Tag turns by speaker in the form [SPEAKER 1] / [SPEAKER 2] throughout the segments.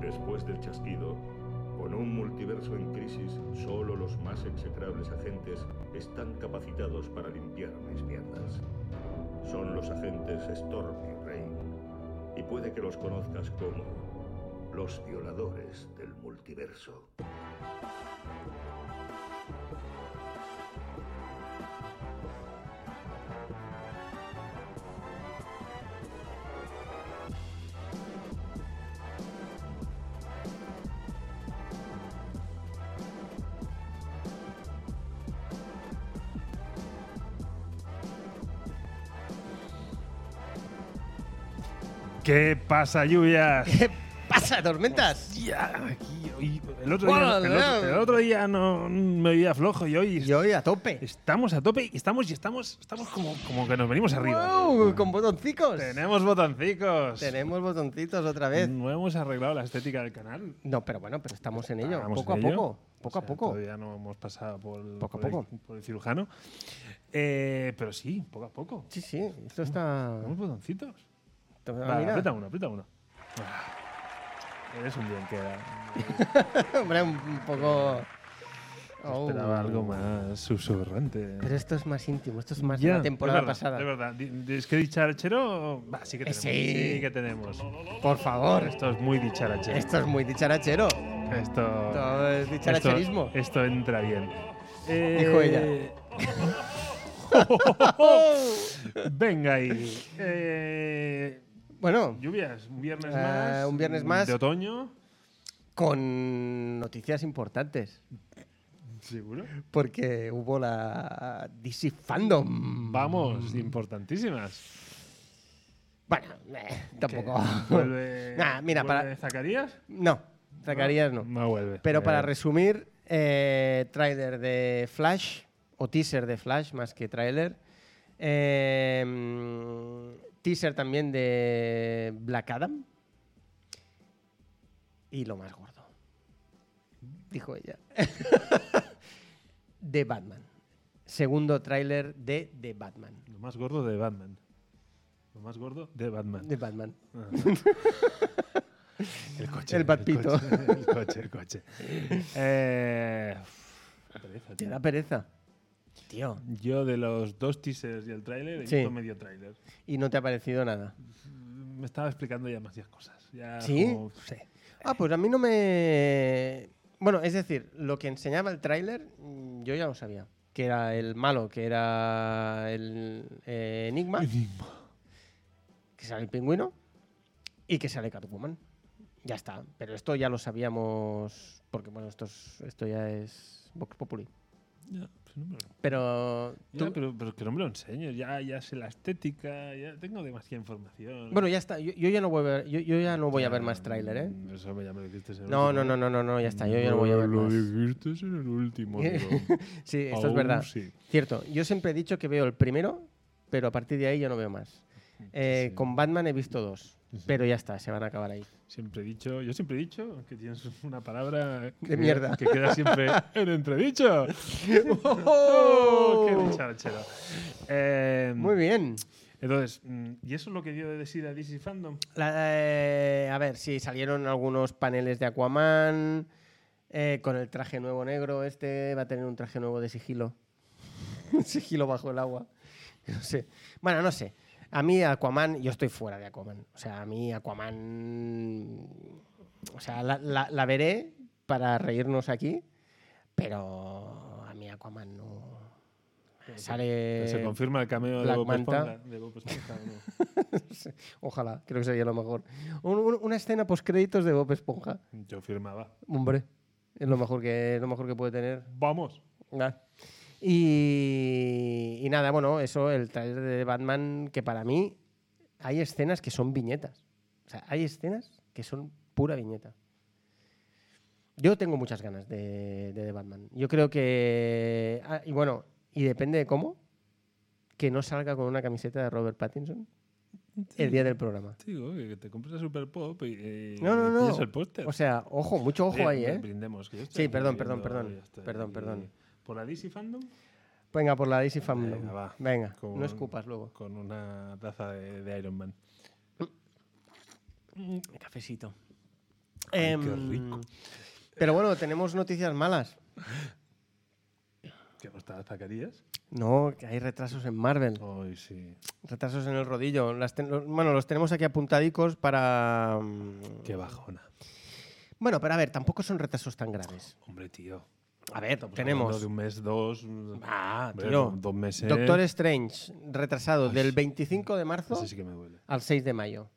[SPEAKER 1] después del chasquido, con un multiverso en crisis, solo los más execrables agentes están capacitados para limpiar mis mierdas. Son los agentes Storm y Rain, y puede que los conozcas como los violadores del multiverso.
[SPEAKER 2] ¿Qué pasa, lluvias?
[SPEAKER 3] ¿Qué pasa, tormentas?
[SPEAKER 2] Ya, aquí, hoy- el, otro día, el otro- el otro día no me oía flojo y hoy
[SPEAKER 3] Yo hoy a tope.
[SPEAKER 2] estamos a tope y estamos y estamos, estamos como, como que nos venimos arriba.
[SPEAKER 3] Wow, con botoncicos.
[SPEAKER 2] Tenemos Mm. botoncicos.
[SPEAKER 3] Tenemos botoncicos otra vez.
[SPEAKER 2] No hemos arreglado la estética del canal.
[SPEAKER 3] No, pero bueno, pero estamos en ello.
[SPEAKER 2] Estábamos
[SPEAKER 3] poco a
[SPEAKER 2] en ello.
[SPEAKER 3] poco.
[SPEAKER 2] O
[SPEAKER 3] Poco a
[SPEAKER 2] sea,
[SPEAKER 3] poco.
[SPEAKER 2] Todavía no hemos pasado por el,
[SPEAKER 3] Poco a
[SPEAKER 2] por el-
[SPEAKER 3] poco.
[SPEAKER 2] por el cirujano. Eh, pero sí, poco a poco.
[SPEAKER 3] Sí, sí. Esto está.
[SPEAKER 2] Tenemos botoncitos.
[SPEAKER 3] Ah,
[SPEAKER 2] Mm. Vale,
[SPEAKER 3] mira.
[SPEAKER 2] aprieta uno, aprieta uno. Ah, eres un bien que
[SPEAKER 3] Hombre, un un poco. Oh.
[SPEAKER 2] Esperaba algo más susurrante.
[SPEAKER 3] Pero esto es más íntimo. Esto es más
[SPEAKER 2] Ya,
[SPEAKER 3] de la temporada
[SPEAKER 2] es verdad,
[SPEAKER 3] pasada.
[SPEAKER 2] Es verdad. Di- Es que dicharachero. Va, sí que
[SPEAKER 3] Eh,
[SPEAKER 2] tenemos.
[SPEAKER 3] sí.
[SPEAKER 2] que tenemos.
[SPEAKER 3] Por favor.
[SPEAKER 2] Esto es muy dicharachero.
[SPEAKER 3] Esto es muy dicharachero.
[SPEAKER 2] Esto.
[SPEAKER 3] Esto es dicharacherismo.
[SPEAKER 2] Esto, esto entra bien. Eh,
[SPEAKER 3] Dijo ella.
[SPEAKER 2] Venga ahí. Eh,
[SPEAKER 3] Bueno,
[SPEAKER 2] lluvias, un viernes
[SPEAKER 3] Eh,
[SPEAKER 2] más.
[SPEAKER 3] un viernes más.
[SPEAKER 2] De otoño,
[SPEAKER 3] con noticias importantes.
[SPEAKER 2] seguro.
[SPEAKER 3] Porque hubo la DC Fandom.
[SPEAKER 2] Vamos, importantísimas.
[SPEAKER 3] Bueno, eh, tampoco.
[SPEAKER 2] Que Vuelve,
[SPEAKER 3] Nah, mira,
[SPEAKER 2] vuelve
[SPEAKER 3] para-
[SPEAKER 2] Zacarías.
[SPEAKER 3] No, Zacarías no.
[SPEAKER 2] Ah, No vuelve.
[SPEAKER 3] Pero para
[SPEAKER 2] Eh,
[SPEAKER 3] resumir, eh, tráiler de Flash, o teaser de Flash más que tráiler. Eh, mm, teaser también de Black Adam. Y lo más gordo, dijo ella. de Batman. Segundo tráiler de The Batman.
[SPEAKER 2] Lo más gordo de Batman. Lo más gordo de Batman.
[SPEAKER 3] De Batman.
[SPEAKER 2] Ah. el coche.
[SPEAKER 3] El Batpito.
[SPEAKER 2] coche, El coche, el coche. Eh, pereza,
[SPEAKER 3] Te
[SPEAKER 2] tío.
[SPEAKER 3] da pereza. Tío.
[SPEAKER 2] Yo de los dos teasers y el tráiler he
[SPEAKER 3] Sí.
[SPEAKER 2] visto medio tráiler.
[SPEAKER 3] Y no te ha parecido nada.
[SPEAKER 2] Me estaba explicando ya demasiadas cosas. Ya
[SPEAKER 3] ¿Sí?
[SPEAKER 2] como- sí.
[SPEAKER 3] Ah, pues a mí no me. Bueno, es decir, lo que enseñaba el tráiler, mm, yo ya lo sabía. Que era el malo, que era el eh, Enigma, que sale el pingüino y que sale Catwoman. Ya está. Pero esto ya lo sabíamos. Porque, bueno, esto, es- esto ya es Vox Populi.
[SPEAKER 2] Ya, pues no me lo-
[SPEAKER 3] Pero.
[SPEAKER 2] Ya,
[SPEAKER 3] tú-
[SPEAKER 2] pero, pero que no me lo enseñes. Ya, ya sé la estética. Ya tengo demasiada información.
[SPEAKER 3] Bueno, ya está. Yo, yo ya no voy a ver, yo, yo ya no voy a
[SPEAKER 2] Ya,
[SPEAKER 3] ver más tráiler, ¿eh?
[SPEAKER 2] mm, Eso me- ya me lo dijiste en el
[SPEAKER 3] No, no,
[SPEAKER 2] último.
[SPEAKER 3] no, no, no, no, ya está. Yo ya no voy a ver
[SPEAKER 2] Lo
[SPEAKER 3] más.
[SPEAKER 2] dijiste en el último. amigo.
[SPEAKER 3] Sí, esto es
[SPEAKER 2] Aún
[SPEAKER 3] verdad.
[SPEAKER 2] sí.
[SPEAKER 3] Cierto, yo siempre he dicho que veo el primero, pero a partir de ahí ya no veo más. Eh,
[SPEAKER 2] Sí.
[SPEAKER 3] Con Batman he visto dos, pero ya está, se van a acabar ahí.
[SPEAKER 2] Siempre he dicho, yo siempre he dicho que tienes una palabra que,
[SPEAKER 3] mierda.
[SPEAKER 2] que queda siempre en entredicho.
[SPEAKER 3] ¡Oh!
[SPEAKER 2] ¡Qué dicharachero! Eh,
[SPEAKER 3] Muy bien.
[SPEAKER 2] Entonces, mm, ¿y eso es lo que dio de sí a DC Fandom?
[SPEAKER 3] La- eh, a ver, sí, salieron algunos paneles de Aquaman eh, con el traje nuevo negro. Este va a tener un traje nuevo de sigilo. sigilo bajo el agua. No sé. Bueno, no sé. A mí Aquaman, yo estoy fuera de Aquaman. O sea, a mí Aquaman... O sea, la, la- la veré para reírnos aquí, pero a mí Aquaman no... Sale...
[SPEAKER 2] ¿Se confirma el cameo de
[SPEAKER 3] Eh, Black
[SPEAKER 2] Bob,
[SPEAKER 3] Manta.
[SPEAKER 2] Esponja, de Bob Esponja o no?
[SPEAKER 3] Ojalá, creo que sería lo mejor. Un- un- una escena post-créditos de Bob Esponja.
[SPEAKER 2] Yo firmaba.
[SPEAKER 3] Hombre, es lo mejor que, es lo mejor que puede tener.
[SPEAKER 2] ¡Vamos!
[SPEAKER 3] Nah. Y, y nada, bueno, eso, el trailer de Batman, que para mí hay escenas que son viñetas. O sea, hay escenas que son pura viñeta. Yo tengo muchas ganas de, de The Batman. Yo creo que. ah, y bueno, y depende de cómo, que no salga con una camiseta de Robert Pattinson el día del programa.
[SPEAKER 2] Digo, que te compres la Super Pop y, eh,
[SPEAKER 3] No, no,
[SPEAKER 2] y
[SPEAKER 3] no.
[SPEAKER 2] pillas el póster.
[SPEAKER 3] O sea, ojo, mucho ojo ahí, ¿eh?
[SPEAKER 2] Brindemos. que yo
[SPEAKER 3] Sí,
[SPEAKER 2] estoy
[SPEAKER 3] perdón,
[SPEAKER 2] bebiendo,
[SPEAKER 3] perdón, perdón.
[SPEAKER 2] ya está.
[SPEAKER 3] Perdón,
[SPEAKER 2] Y-
[SPEAKER 3] perdón.
[SPEAKER 2] ¿Por la DC Fandom?
[SPEAKER 3] Venga, por la DC Fandom.
[SPEAKER 2] Venga, va.
[SPEAKER 3] Venga,
[SPEAKER 2] Con-
[SPEAKER 3] no escupas luego.
[SPEAKER 2] Con una taza de, de Iron Man.
[SPEAKER 3] Cafecito.
[SPEAKER 2] Ay, qué
[SPEAKER 3] Em,
[SPEAKER 2] rico.
[SPEAKER 3] Pero bueno, tenemos noticias malas.
[SPEAKER 2] ¿Qué no están las taquerías?
[SPEAKER 3] No, que hay retrasos en Marvel.
[SPEAKER 2] Ay, sí.
[SPEAKER 3] Retrasos en el rodillo. Las ten- los- bueno, los tenemos aquí apuntadicos para. mm,
[SPEAKER 2] Qué bajona.
[SPEAKER 3] Bueno, pero a ver, tampoco son retrasos tan graves.
[SPEAKER 2] Hombre, tío.
[SPEAKER 3] A ver,
[SPEAKER 2] Estamos hablando
[SPEAKER 3] tenemos.
[SPEAKER 2] De un mes, dos.
[SPEAKER 3] Ah,
[SPEAKER 2] hombre,
[SPEAKER 3] tío.
[SPEAKER 2] Dos meses.
[SPEAKER 3] Doctor Strange, retrasado del 25 de marzo
[SPEAKER 2] Ese sí que me duele.
[SPEAKER 3] al 6 de mayo.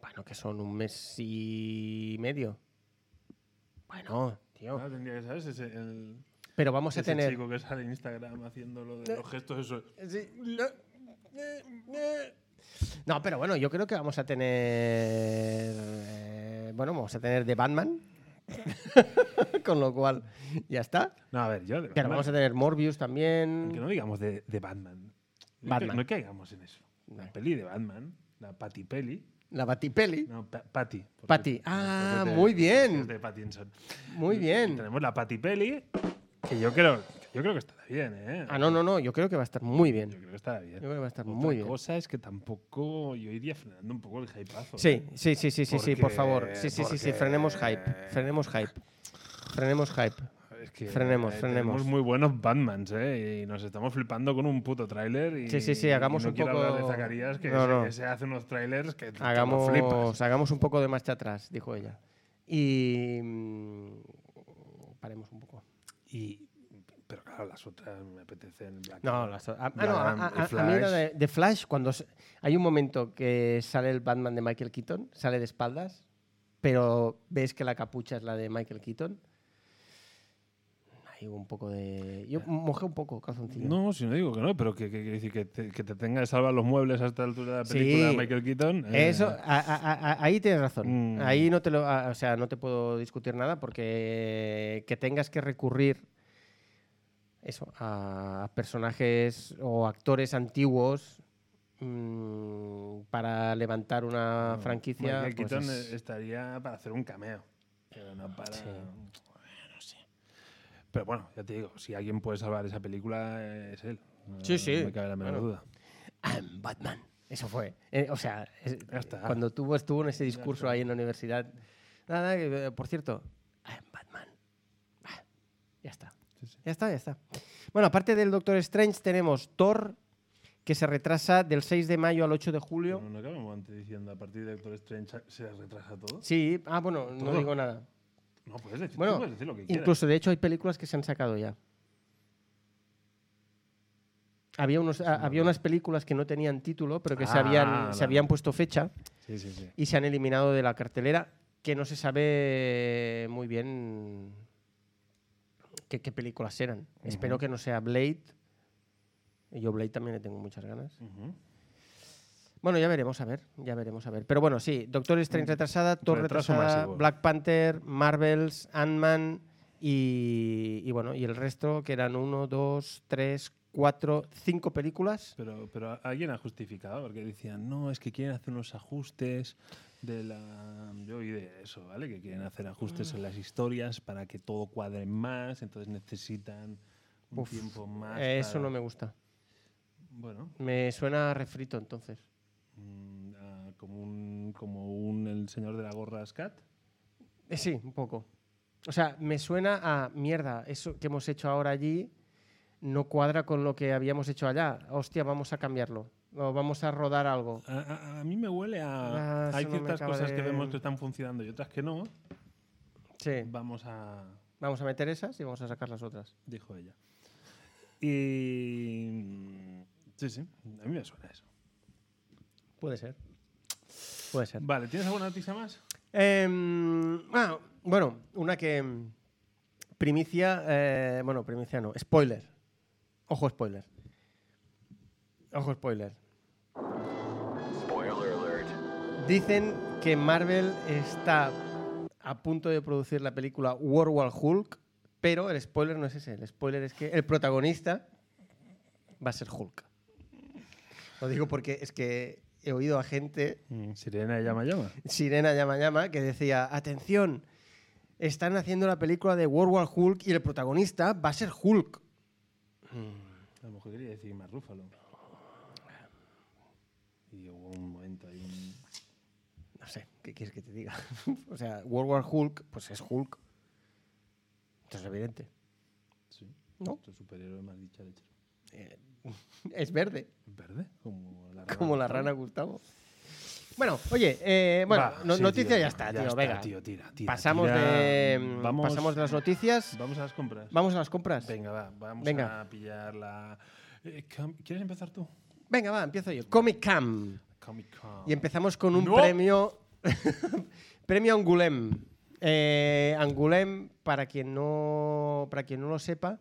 [SPEAKER 3] Bueno, que son un mes y medio. Bueno, tío.
[SPEAKER 2] Ah, tendría que saber si es el,
[SPEAKER 3] Pero vamos a
[SPEAKER 2] ese
[SPEAKER 3] tener.
[SPEAKER 2] chico que sale en Instagram haciendo lo de los gestos. Eso.
[SPEAKER 3] Sí, no. Eh, eh. No, pero bueno, yo creo que vamos a tener. eh, bueno, vamos a tener de Batman. Con lo cual, ya está.
[SPEAKER 2] No, a ver, yo. de
[SPEAKER 3] Pero
[SPEAKER 2] Batman-
[SPEAKER 3] vamos a tener Morbius
[SPEAKER 2] Que
[SPEAKER 3] también.
[SPEAKER 2] no digamos de, de Batman. No
[SPEAKER 3] Batman.
[SPEAKER 2] ca- No caigamos en eso.
[SPEAKER 3] No.
[SPEAKER 2] La peli de Batman, la Patty Peli.
[SPEAKER 3] La Batipeli.
[SPEAKER 2] No, Pa- Patty. porque-
[SPEAKER 3] Patty.
[SPEAKER 2] no,
[SPEAKER 3] Ah,
[SPEAKER 2] porque es
[SPEAKER 3] muy bien.
[SPEAKER 2] es de Pattinson.
[SPEAKER 3] Muy
[SPEAKER 2] Y- y
[SPEAKER 3] bien.
[SPEAKER 2] Tenemos la Patty Peli, que yo creo, que yo creo que estará bien, ¿eh?
[SPEAKER 3] Ah, no, no, no. Yo creo que va a estar muy bien.
[SPEAKER 2] Yo
[SPEAKER 3] Yo
[SPEAKER 2] creo que estará bien.
[SPEAKER 3] creo que va a estar
[SPEAKER 2] Otra
[SPEAKER 3] muy bien.
[SPEAKER 2] cosa es que tampoco yo iría frenando un poco el hypeazo. ¿eh?
[SPEAKER 3] Sí, sí, sí, sí, sí, sí, por
[SPEAKER 2] Porque-
[SPEAKER 3] favor. Sí, sí, sí, sí.
[SPEAKER 2] porque-
[SPEAKER 3] Frenemos hype. Frenemos hype. Frenemos hype.
[SPEAKER 2] Es que, eh,
[SPEAKER 3] Frenemos, frenemos.
[SPEAKER 2] Tenemos muy buenos Batmans, ¿eh? Y nos estamos flipando con un puto tráiler. y-
[SPEAKER 3] Sí, sí, sí,
[SPEAKER 2] y
[SPEAKER 3] hagamos
[SPEAKER 2] no
[SPEAKER 3] un
[SPEAKER 2] quiero
[SPEAKER 3] poco-
[SPEAKER 2] hablar de Zacarías, que,
[SPEAKER 3] No,
[SPEAKER 2] se,
[SPEAKER 3] no.
[SPEAKER 2] que se hace unos trailers que te- te lo
[SPEAKER 3] Hagamos,
[SPEAKER 2] flipas.
[SPEAKER 3] hagamos un poco de marcha atrás, dijo ella. Y mm, paremos un poco.
[SPEAKER 2] Y, pero claro, las otras me apetecen. Black
[SPEAKER 3] No,
[SPEAKER 2] Adam.
[SPEAKER 3] las- a, ah, no,
[SPEAKER 2] Black
[SPEAKER 3] a-
[SPEAKER 2] Adam,
[SPEAKER 3] a-
[SPEAKER 2] The
[SPEAKER 3] a mí era
[SPEAKER 2] Flash.
[SPEAKER 3] de, de Flash, cuando se- hay un momento que sale el Batman de Michael Keaton, sale de espaldas, pero ves que la capucha es la de Michael Keaton. Hay un poco de... Yo mojé un poco calzoncillo.
[SPEAKER 2] No, si no digo que no, pero que, que, que decir que te, que te tenga que salvar los muebles a esta altura de la película de
[SPEAKER 3] Sí.
[SPEAKER 2] Michael Keaton. eh,
[SPEAKER 3] Eso, a- a- a- a- ahí tienes razón.
[SPEAKER 2] Mm.
[SPEAKER 3] Ahí no te lo, a- o sea, no te puedo discutir nada porque que tengas que recurrir eso a personajes o actores antiguos mm, para levantar una
[SPEAKER 2] no.
[SPEAKER 3] franquicia.
[SPEAKER 2] Ah, Michael
[SPEAKER 3] pues
[SPEAKER 2] Keaton
[SPEAKER 3] es-
[SPEAKER 2] eh, estaría para hacer un cameo, pero no para.
[SPEAKER 3] Sí.
[SPEAKER 2] No sé. Pero bueno, ya te digo, si alguien puede salvar esa película eh, es él. No-
[SPEAKER 3] Sí, sí,
[SPEAKER 2] No me cabe la menor
[SPEAKER 3] claro.
[SPEAKER 2] duda.
[SPEAKER 3] I'm Batman. Eso fue. Eh, o sea, es-
[SPEAKER 2] Ya está.
[SPEAKER 3] cuando tuvo, estuvo en ese discurso
[SPEAKER 2] está.
[SPEAKER 3] ahí en la universidad. Nada, que, eh, por cierto, I'm Batman. Ah, ya está.
[SPEAKER 2] Sí, sí.
[SPEAKER 3] Ya está, ya está. Bueno, aparte del Doctor Strange, tenemos Thor, que se retrasa del 6 de mayo al 8 de julio.
[SPEAKER 2] No, no acabamos antes diciendo, a partir de Doctor Strange se retrasa todo.
[SPEAKER 3] Sí, ah, bueno, no
[SPEAKER 2] Todo.
[SPEAKER 3] digo nada.
[SPEAKER 2] No, puedes decir, tú
[SPEAKER 3] Bueno,
[SPEAKER 2] puedes decir lo que quieras.
[SPEAKER 3] Incluso, de hecho, hay películas que se han sacado ya. Había, unos, a- había unas películas que no tenían título, pero que se,
[SPEAKER 2] Ah,
[SPEAKER 3] habían, se
[SPEAKER 2] la-
[SPEAKER 3] habían puesto fecha.
[SPEAKER 2] Sí, sí, sí.
[SPEAKER 3] y se han eliminado de la cartelera, que no se sabe muy bien qué, qué películas eran. Espero que no sea Blade. Y Yo Blade también le tengo muchas ganas.
[SPEAKER 2] Ujú.
[SPEAKER 3] Bueno, ya veremos, a ver, ya veremos, a ver. Pero bueno, sí, Doctor Strange retrasada, Thor
[SPEAKER 2] Mm, retraso
[SPEAKER 3] retrasada,
[SPEAKER 2] masivo.
[SPEAKER 3] Black Panther, Marvels, Ant-Man y, y bueno, y el resto que eran uno, dos, tres, cuatro, cinco películas.
[SPEAKER 2] Pero, pero a- alguien ha justificado, porque decían, no, es que quieren hacer unos ajustes de la. Yo oí de eso, ¿vale? Que quieren hacer ajustes en las historias para que todo cuadre más, entonces necesitan un
[SPEAKER 3] Uf,
[SPEAKER 2] tiempo más.
[SPEAKER 3] Eh, Eso
[SPEAKER 2] para-
[SPEAKER 3] no me gusta.
[SPEAKER 2] Bueno,
[SPEAKER 3] Me suena a refrito entonces.
[SPEAKER 2] mm, a- como un. Como un El Señor de la Gorra Scat.
[SPEAKER 3] Eh, Sí, un poco. O sea, me suena a mierda, eso que hemos hecho ahora allí no cuadra con lo que habíamos hecho allá. Hostia, vamos a cambiarlo. O vamos a rodar algo.
[SPEAKER 2] A, a- a mí me huele
[SPEAKER 3] Ah,
[SPEAKER 2] a. hay
[SPEAKER 3] eso no me
[SPEAKER 2] ciertas
[SPEAKER 3] acaba
[SPEAKER 2] cosas que
[SPEAKER 3] de-
[SPEAKER 2] vemos que están funcionando y otras que no.
[SPEAKER 3] Sí,
[SPEAKER 2] Vamos a.
[SPEAKER 3] vamos a meter esas y vamos a sacar las otras.
[SPEAKER 2] dijo ella. Y. mm, Sí, sí, a mí me suena eso.
[SPEAKER 3] Puede ser. Puede ser.
[SPEAKER 2] Vale, ¿tienes alguna noticia más?
[SPEAKER 3] Em, ah, bueno, una que... em, Primicia... eh, bueno, primicia no. Spoiler. Ojo spoiler. Ojo spoiler.
[SPEAKER 4] Spoiler alert.
[SPEAKER 3] Dicen que Marvel está a punto de producir la película World War Hulk, pero el spoiler no es ese. El spoiler es que el protagonista va a ser Hulk. Lo digo porque es que he oído a gente,
[SPEAKER 2] Sirena llama llama.
[SPEAKER 3] Sirena Llama Llama, que decía, atención, están haciendo la película de World War Hulk y el protagonista va a ser Hulk.
[SPEAKER 2] A lo mejor quería decir más Rúfalo. Y hubo un momento ahí. un-
[SPEAKER 3] No sé, ¿qué quieres que te diga? o sea, World War Hulk, pues es Hulk. Esto es evidente.
[SPEAKER 2] Sí.
[SPEAKER 3] ¿No?
[SPEAKER 2] Nuestro superhéroe más dicha leche.
[SPEAKER 3] Eh, es verde,
[SPEAKER 2] Verde, como la rana.
[SPEAKER 3] como la rana Gustavo. Bueno, oye, eh, bueno,
[SPEAKER 2] Va,
[SPEAKER 3] no-
[SPEAKER 2] sí,
[SPEAKER 3] noticia
[SPEAKER 2] tío,
[SPEAKER 3] ya está, tío, venga.
[SPEAKER 2] tío, tira, tira,
[SPEAKER 3] pasamos,
[SPEAKER 2] tira.
[SPEAKER 3] de, mm,
[SPEAKER 2] Vamos,
[SPEAKER 3] pasamos de las noticias,
[SPEAKER 2] vamos a las compras.
[SPEAKER 3] vamos a las compras. Venga,
[SPEAKER 2] Venga, va, vamos
[SPEAKER 3] Venga.
[SPEAKER 2] a pillar la. eh, com- ¿Quieres empezar tú?
[SPEAKER 3] va, empiezo yo. Comic Cam.
[SPEAKER 2] Comic Con.
[SPEAKER 3] Y empezamos con un
[SPEAKER 2] No.
[SPEAKER 3] premio. premio Angulem. Eh, Angulem, para quien no, para quien no lo sepa,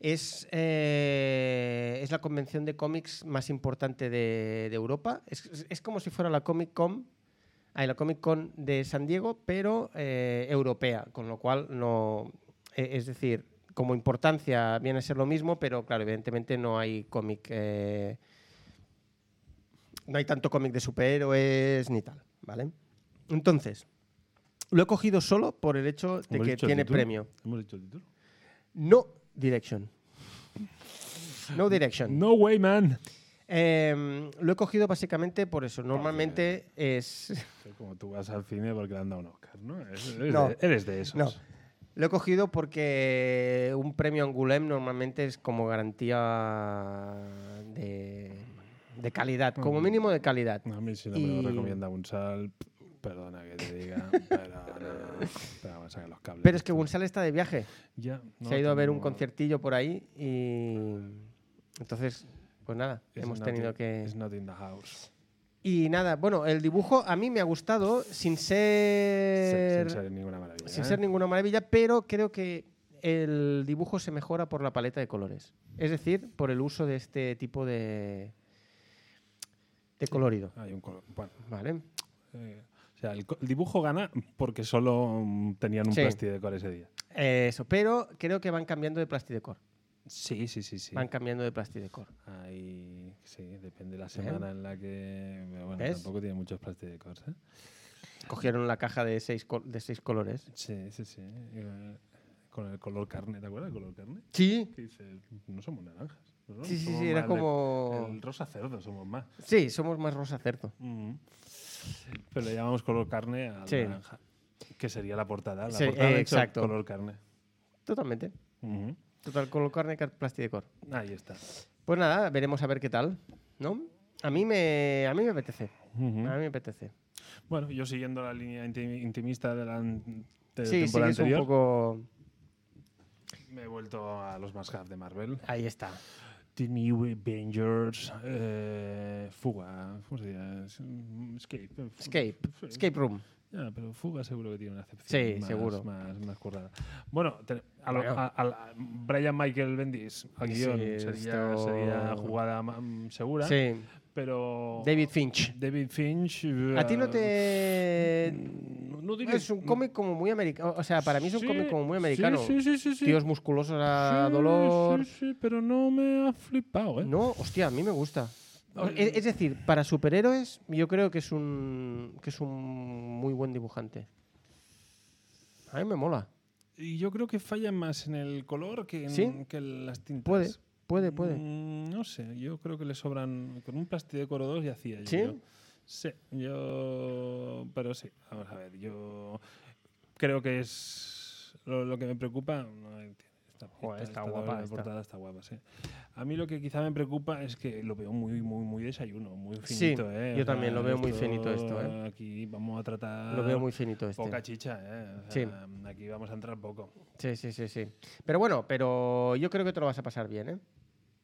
[SPEAKER 3] es, eh, es la convención de cómics más importante de, de Europa. Es, es- es como si fuera la Comic Con. ay, la Comic Con de San Diego, pero eh, europea, con lo cual no. e- Es decir, como importancia viene a ser lo mismo, pero claro, evidentemente no hay cómic. eh, no hay tanto cómic de superhéroes ni tal, ¿vale? Entonces, lo he cogido solo por el hecho de
[SPEAKER 2] ¿Hemos
[SPEAKER 3] que
[SPEAKER 2] dicho el
[SPEAKER 3] tiene
[SPEAKER 2] título?
[SPEAKER 3] premio.
[SPEAKER 2] ¿Hemos dicho el título?
[SPEAKER 3] No Direction. No Direction.
[SPEAKER 2] No way, man.
[SPEAKER 3] Em, lo he cogido básicamente por eso. Normalmente es...
[SPEAKER 2] Como tú vas al cine porque le han dado un Oscar, ¿no? Eres, eres
[SPEAKER 3] No.
[SPEAKER 2] de, eres de esos.
[SPEAKER 3] No. Lo he cogido porque un premio Angulem normalmente es como garantía de, de calidad, como
[SPEAKER 2] Mm.
[SPEAKER 3] mínimo de calidad.
[SPEAKER 2] A mí si no me
[SPEAKER 3] Y-
[SPEAKER 2] lo recomienda Gunsal, perdona que te diga, pero no, te van a sacar los cables.
[SPEAKER 3] Pero es que Gunsal está de viaje.
[SPEAKER 2] Ya, no
[SPEAKER 3] Se ha ido a ver un
[SPEAKER 2] tengo-
[SPEAKER 3] conciertillo por ahí y... Entonces, pues nada,
[SPEAKER 2] It's
[SPEAKER 3] hemos
[SPEAKER 2] not in-
[SPEAKER 3] tenido que...
[SPEAKER 2] It's not in the house.
[SPEAKER 3] Y nada, bueno, el dibujo a mí me ha gustado sin ser
[SPEAKER 2] Sin, sin ser ninguna maravilla.
[SPEAKER 3] sin
[SPEAKER 2] ¿eh?
[SPEAKER 3] ser ninguna maravilla, pero creo que el dibujo se mejora por la paleta de colores. Es decir, por el uso de este tipo de de colorido,
[SPEAKER 2] Hay un color. Bueno,
[SPEAKER 3] ¿vale?
[SPEAKER 2] eh, o sea, el, co- el dibujo gana porque solo mm, tenían un
[SPEAKER 3] Sí.
[SPEAKER 2] plastidecor ese día.
[SPEAKER 3] Eso, pero creo que van cambiando de plastidecor.
[SPEAKER 2] Sí, sí, sí, sí.
[SPEAKER 3] Van cambiando de plastidecor.
[SPEAKER 2] Ahí, sí, depende de la semana en la que. pero Bueno,
[SPEAKER 3] ¿Ves?
[SPEAKER 2] tampoco tiene muchos plastidecors, ¿eh?
[SPEAKER 3] Cogieron la caja de seis, col- de seis colores.
[SPEAKER 2] Sí, sí, sí. Eh, Con el color carne, ¿te acuerdas del color carne?
[SPEAKER 3] Sí.
[SPEAKER 2] Que dices, no somos naranjas. nosotros
[SPEAKER 3] Sí, sí,
[SPEAKER 2] somos
[SPEAKER 3] sí, era
[SPEAKER 2] más de-
[SPEAKER 3] como-
[SPEAKER 2] El rosa cerdo somos más.
[SPEAKER 3] Sí, somos más rosa cerdo.
[SPEAKER 2] Mm. Pero le llamamos color carne a la
[SPEAKER 3] Sí.
[SPEAKER 2] naranja. Que sería la portada. La
[SPEAKER 3] Sí,
[SPEAKER 2] portada
[SPEAKER 3] eh,
[SPEAKER 2] de hecho,
[SPEAKER 3] exacto.
[SPEAKER 2] color carne.
[SPEAKER 3] Totalmente.
[SPEAKER 2] Ujú.
[SPEAKER 3] Total color carne car- plastidecor.
[SPEAKER 2] Ahí está.
[SPEAKER 3] Pues nada, veremos a ver qué tal, ¿no? A mí me, a mí me apetece.
[SPEAKER 2] Ujú.
[SPEAKER 3] A mí me apetece.
[SPEAKER 2] Bueno, yo siguiendo la línea inti- intimista de la, an- de la
[SPEAKER 3] Sí, sí,
[SPEAKER 2] temporada
[SPEAKER 3] es un
[SPEAKER 2] anterior,
[SPEAKER 3] poco.
[SPEAKER 2] me he vuelto a los más half de Marvel.
[SPEAKER 3] Ahí está.
[SPEAKER 2] The New Avengers, eh, Fuga, ¿cómo se diría? Es un- Escape. eh, fu-
[SPEAKER 3] Escape.
[SPEAKER 2] fu-
[SPEAKER 3] Escape Room.
[SPEAKER 2] Ya, Ah, pero fuga seguro que tiene una acepción
[SPEAKER 3] Sí,
[SPEAKER 2] más,
[SPEAKER 3] seguro.
[SPEAKER 2] más, más currada. Bueno, te- a lo-
[SPEAKER 3] Bueno.
[SPEAKER 2] a- a la- Brian Michael Bendis, al
[SPEAKER 3] Sí,
[SPEAKER 2] guión, sería,
[SPEAKER 3] esto-
[SPEAKER 2] sería jugada ma- mm, segura,
[SPEAKER 3] Sí.
[SPEAKER 2] pero
[SPEAKER 3] David Finch.
[SPEAKER 2] David Finch...
[SPEAKER 3] A ti no
[SPEAKER 2] eh, mm,
[SPEAKER 3] te. eh,
[SPEAKER 2] No, no diría-
[SPEAKER 3] Es un cómic como muy americano. O sea, para mí es un
[SPEAKER 2] Sí,
[SPEAKER 3] cómic como muy
[SPEAKER 2] sí,
[SPEAKER 3] americano.
[SPEAKER 2] Sí, sí, sí, sí.
[SPEAKER 3] Tíos musculosos a
[SPEAKER 2] Sí,
[SPEAKER 3] dolor.
[SPEAKER 2] Sí, sí, pero no me ha flipado, ¿eh?
[SPEAKER 3] No, hostia, a mí me gusta. O- Es es decir, para superhéroes, yo creo que es un que es un muy buen dibujante. A mí me mola.
[SPEAKER 2] Y yo creo que falla más en el color que en,
[SPEAKER 3] ¿Sí?
[SPEAKER 2] que en las tintas.
[SPEAKER 3] Puede, puede, puede.
[SPEAKER 2] Pues, Mm, no sé, yo creo que le sobran. Con un plastidecoro 2 ya hacía. yo
[SPEAKER 3] ¿Sí?
[SPEAKER 2] creo. Sí, yo. Pero sí, vamos a ver, yo. Creo que es. Lo, lo que me preocupa. No, entiendo, esta,
[SPEAKER 3] Joder, está
[SPEAKER 2] tabla
[SPEAKER 3] guapa
[SPEAKER 2] de
[SPEAKER 3] esta.
[SPEAKER 2] portada está guapa, sí. A mí lo que quizá me preocupa es que lo veo muy, muy, muy desayuno, muy
[SPEAKER 3] Sí,
[SPEAKER 2] finito, ¿eh?
[SPEAKER 3] yo también lo veo muy finito esto, ¿eh?
[SPEAKER 2] Aquí vamos a tratar.
[SPEAKER 3] Lo veo muy finito este.
[SPEAKER 2] ah, Poca chicha, ¿eh? O
[SPEAKER 3] Sí.
[SPEAKER 2] sea, Aquí vamos a entrar poco.
[SPEAKER 3] Sí, sí, sí, sí. Pero bueno, pero yo creo que te lo vas a pasar bien, ¿eh?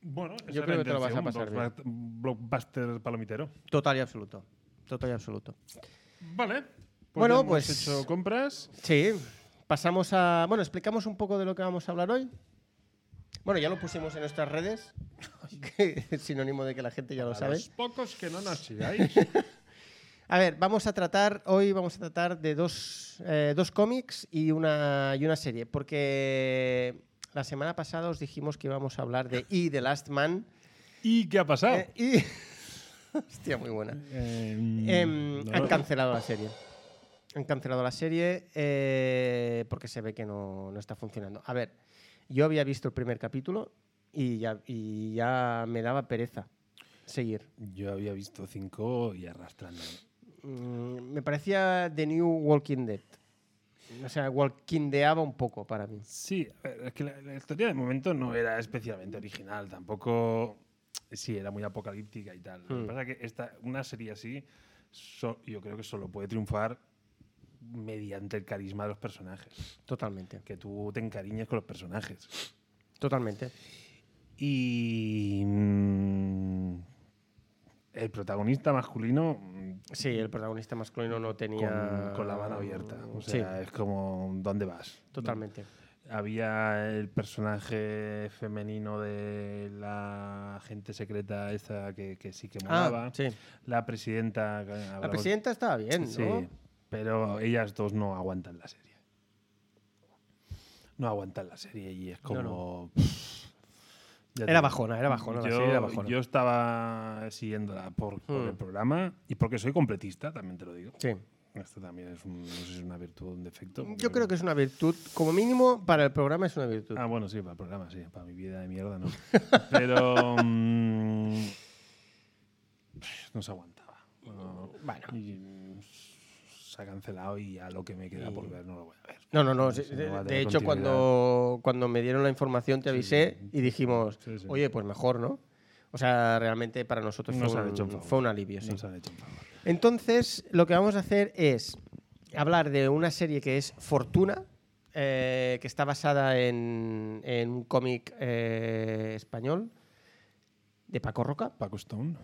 [SPEAKER 2] Bueno, esa
[SPEAKER 3] Yo
[SPEAKER 2] es
[SPEAKER 3] creo
[SPEAKER 2] la
[SPEAKER 3] que te lo vas a
[SPEAKER 2] intención,
[SPEAKER 3] pasar bien.
[SPEAKER 2] blockbuster- Blockbuster palomitero.
[SPEAKER 3] Total y absoluto. Total y absoluto.
[SPEAKER 2] Vale.
[SPEAKER 3] Bueno,
[SPEAKER 2] ya hemos
[SPEAKER 3] pues-
[SPEAKER 2] hecho compras.
[SPEAKER 3] Sí. Pasamos a. Bueno, explicamos un poco de lo que vamos a hablar hoy. Bueno, ya lo pusimos en nuestras redes. que es sinónimo de que la gente ya lo
[SPEAKER 2] a
[SPEAKER 3] sabe.
[SPEAKER 2] los pocos que no nos sigáis.
[SPEAKER 3] A ver, vamos a tratar, hoy vamos a tratar de dos, eh, dos cómics y una, y una serie, porque la semana pasada os dijimos que íbamos a hablar de E, The Last Man.
[SPEAKER 2] ¿Y qué ha pasado?
[SPEAKER 3] eh, y... Hostia, muy buena.
[SPEAKER 2] Em,
[SPEAKER 3] Em,
[SPEAKER 2] no,
[SPEAKER 3] han
[SPEAKER 2] no.
[SPEAKER 3] cancelado la serie. Han cancelado la serie eh, porque se ve que no, no está funcionando. A ver, yo había visto el primer capítulo y ya, y ya me daba pereza seguir.
[SPEAKER 2] Yo había visto cinco y arrastrando.
[SPEAKER 3] Mm, me parecía The New Walking Dead. O sea, Walking Deaba un poco para mí.
[SPEAKER 2] Sí, a ver, es que la, la historia de momento no era especialmente original, tampoco. Sí, era muy apocalíptica y tal. Lo que
[SPEAKER 3] Hmm.
[SPEAKER 2] pasa es que esta, una serie así, so- yo creo que solo puede triunfar mediante el carisma de los personajes.
[SPEAKER 3] Totalmente.
[SPEAKER 2] Que tú te encariñes con los personajes.
[SPEAKER 3] Totalmente.
[SPEAKER 2] Y. mm, el protagonista masculino mm,
[SPEAKER 3] Sí, el protagonista masculino no tenía.
[SPEAKER 2] con, con la mano abierta. O sea, eh,
[SPEAKER 3] sí,
[SPEAKER 2] es como, ¿dónde vas?
[SPEAKER 3] totalmente.
[SPEAKER 2] Había el personaje femenino de la agente secreta esta que, que sí que molaba.
[SPEAKER 3] Ah, sí.
[SPEAKER 2] La presidenta. que hablamos-
[SPEAKER 3] La presidenta estaba bien, ¿no?
[SPEAKER 2] Sí, pero ellas dos no aguantan la serie. No aguantan la serie y es como... Ya te
[SPEAKER 3] Era
[SPEAKER 2] digo,
[SPEAKER 3] bajona, era bajona. la
[SPEAKER 2] yo,
[SPEAKER 3] serie era bajona.
[SPEAKER 2] yo estaba siguiéndola por, por
[SPEAKER 3] Hmm.
[SPEAKER 2] el programa y porque soy completista, también te lo digo.
[SPEAKER 3] Sí.
[SPEAKER 2] Esto también es, un- no sé si es una virtud o un defecto.
[SPEAKER 3] Yo creo que es una virtud, como mínimo para el programa es una virtud.
[SPEAKER 2] Ah, bueno, sí, para el programa, sí. Para mi vida de mierda, no. Pero... mm, no se aguantaba. No.
[SPEAKER 3] Bueno.
[SPEAKER 2] Y, mm, se ha cancelado y a lo que me queda por ver no lo voy a ver.
[SPEAKER 3] No, no, no.
[SPEAKER 2] Sí,
[SPEAKER 3] sí,
[SPEAKER 2] no
[SPEAKER 3] de,
[SPEAKER 2] va a
[SPEAKER 3] de
[SPEAKER 2] tener
[SPEAKER 3] hecho, cuando, cuando me dieron la información te avisé y dijimos,
[SPEAKER 2] Sí, sí.
[SPEAKER 3] oye, pues mejor, ¿no? O sea, realmente para nosotros
[SPEAKER 2] Nos
[SPEAKER 3] fue,
[SPEAKER 2] han
[SPEAKER 3] un,
[SPEAKER 2] hecho un favor.
[SPEAKER 3] fue un alivio. sí.
[SPEAKER 2] Nos han hecho un favor.
[SPEAKER 3] Entonces, lo que vamos a hacer es hablar de una serie que es Fortuna, eh, que está basada en, en un cómic eh, español de Paco Roca,
[SPEAKER 2] Paco Stone.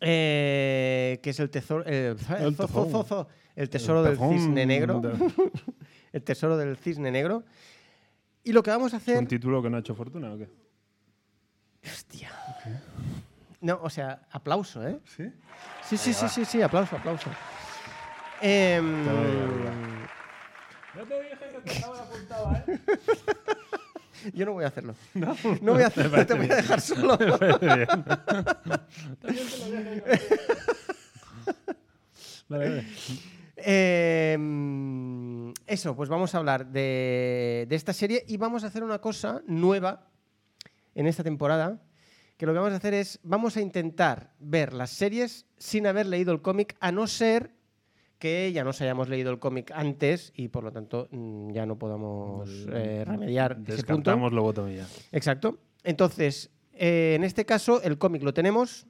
[SPEAKER 3] eh, que es el tesoro, el,
[SPEAKER 2] El
[SPEAKER 3] zo-
[SPEAKER 2] tofón.
[SPEAKER 3] zo- zo- el tesoro
[SPEAKER 2] El
[SPEAKER 3] del
[SPEAKER 2] tofón
[SPEAKER 3] cisne negro.
[SPEAKER 2] de-
[SPEAKER 3] el tesoro del cisne negro. Y lo que vamos a hacer...
[SPEAKER 2] ¿Un título que no ha hecho fortuna o qué?
[SPEAKER 3] Hostia. No, o sea, aplauso, ¿eh?
[SPEAKER 2] Sí.
[SPEAKER 3] Sí, sí, sí, sí, sí, aplauso, aplauso. Em,
[SPEAKER 2] Te doy la verdad. No te dije que te estaba apuntaba, ¿eh?
[SPEAKER 3] yo no voy a hacerlo. No, voy a hacerlo, te voy a dejar solo.
[SPEAKER 2] Vale, vale.
[SPEAKER 3] Em, eso, pues vamos a hablar de, de esta serie y vamos a hacer una cosa nueva en esta temporada, que lo que vamos a hacer es, vamos a intentar ver las series sin haber leído el cómic, a no ser que ya nos hayamos leído el cómic antes y por lo tanto mm, ya no podamos eh, remediar ese punto.
[SPEAKER 2] Descartamos lobotomía.
[SPEAKER 3] Exacto. Entonces, eh, en este caso, el cómic lo tenemos.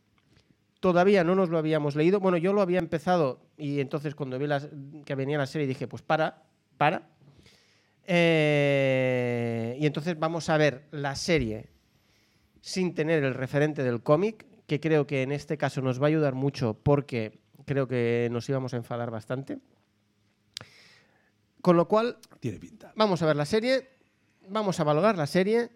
[SPEAKER 3] Todavía no nos lo habíamos leído. Bueno, yo lo había empezado y entonces cuando vi las- que venía la serie dije, pues para, para. Eh, y entonces vamos a ver la serie sin tener el referente del cómic, que creo que en este caso nos va a ayudar mucho porque creo que nos íbamos a enfadar bastante. Con lo cual,
[SPEAKER 2] Tiene pinta.
[SPEAKER 3] vamos a ver la serie, vamos a valorar la serie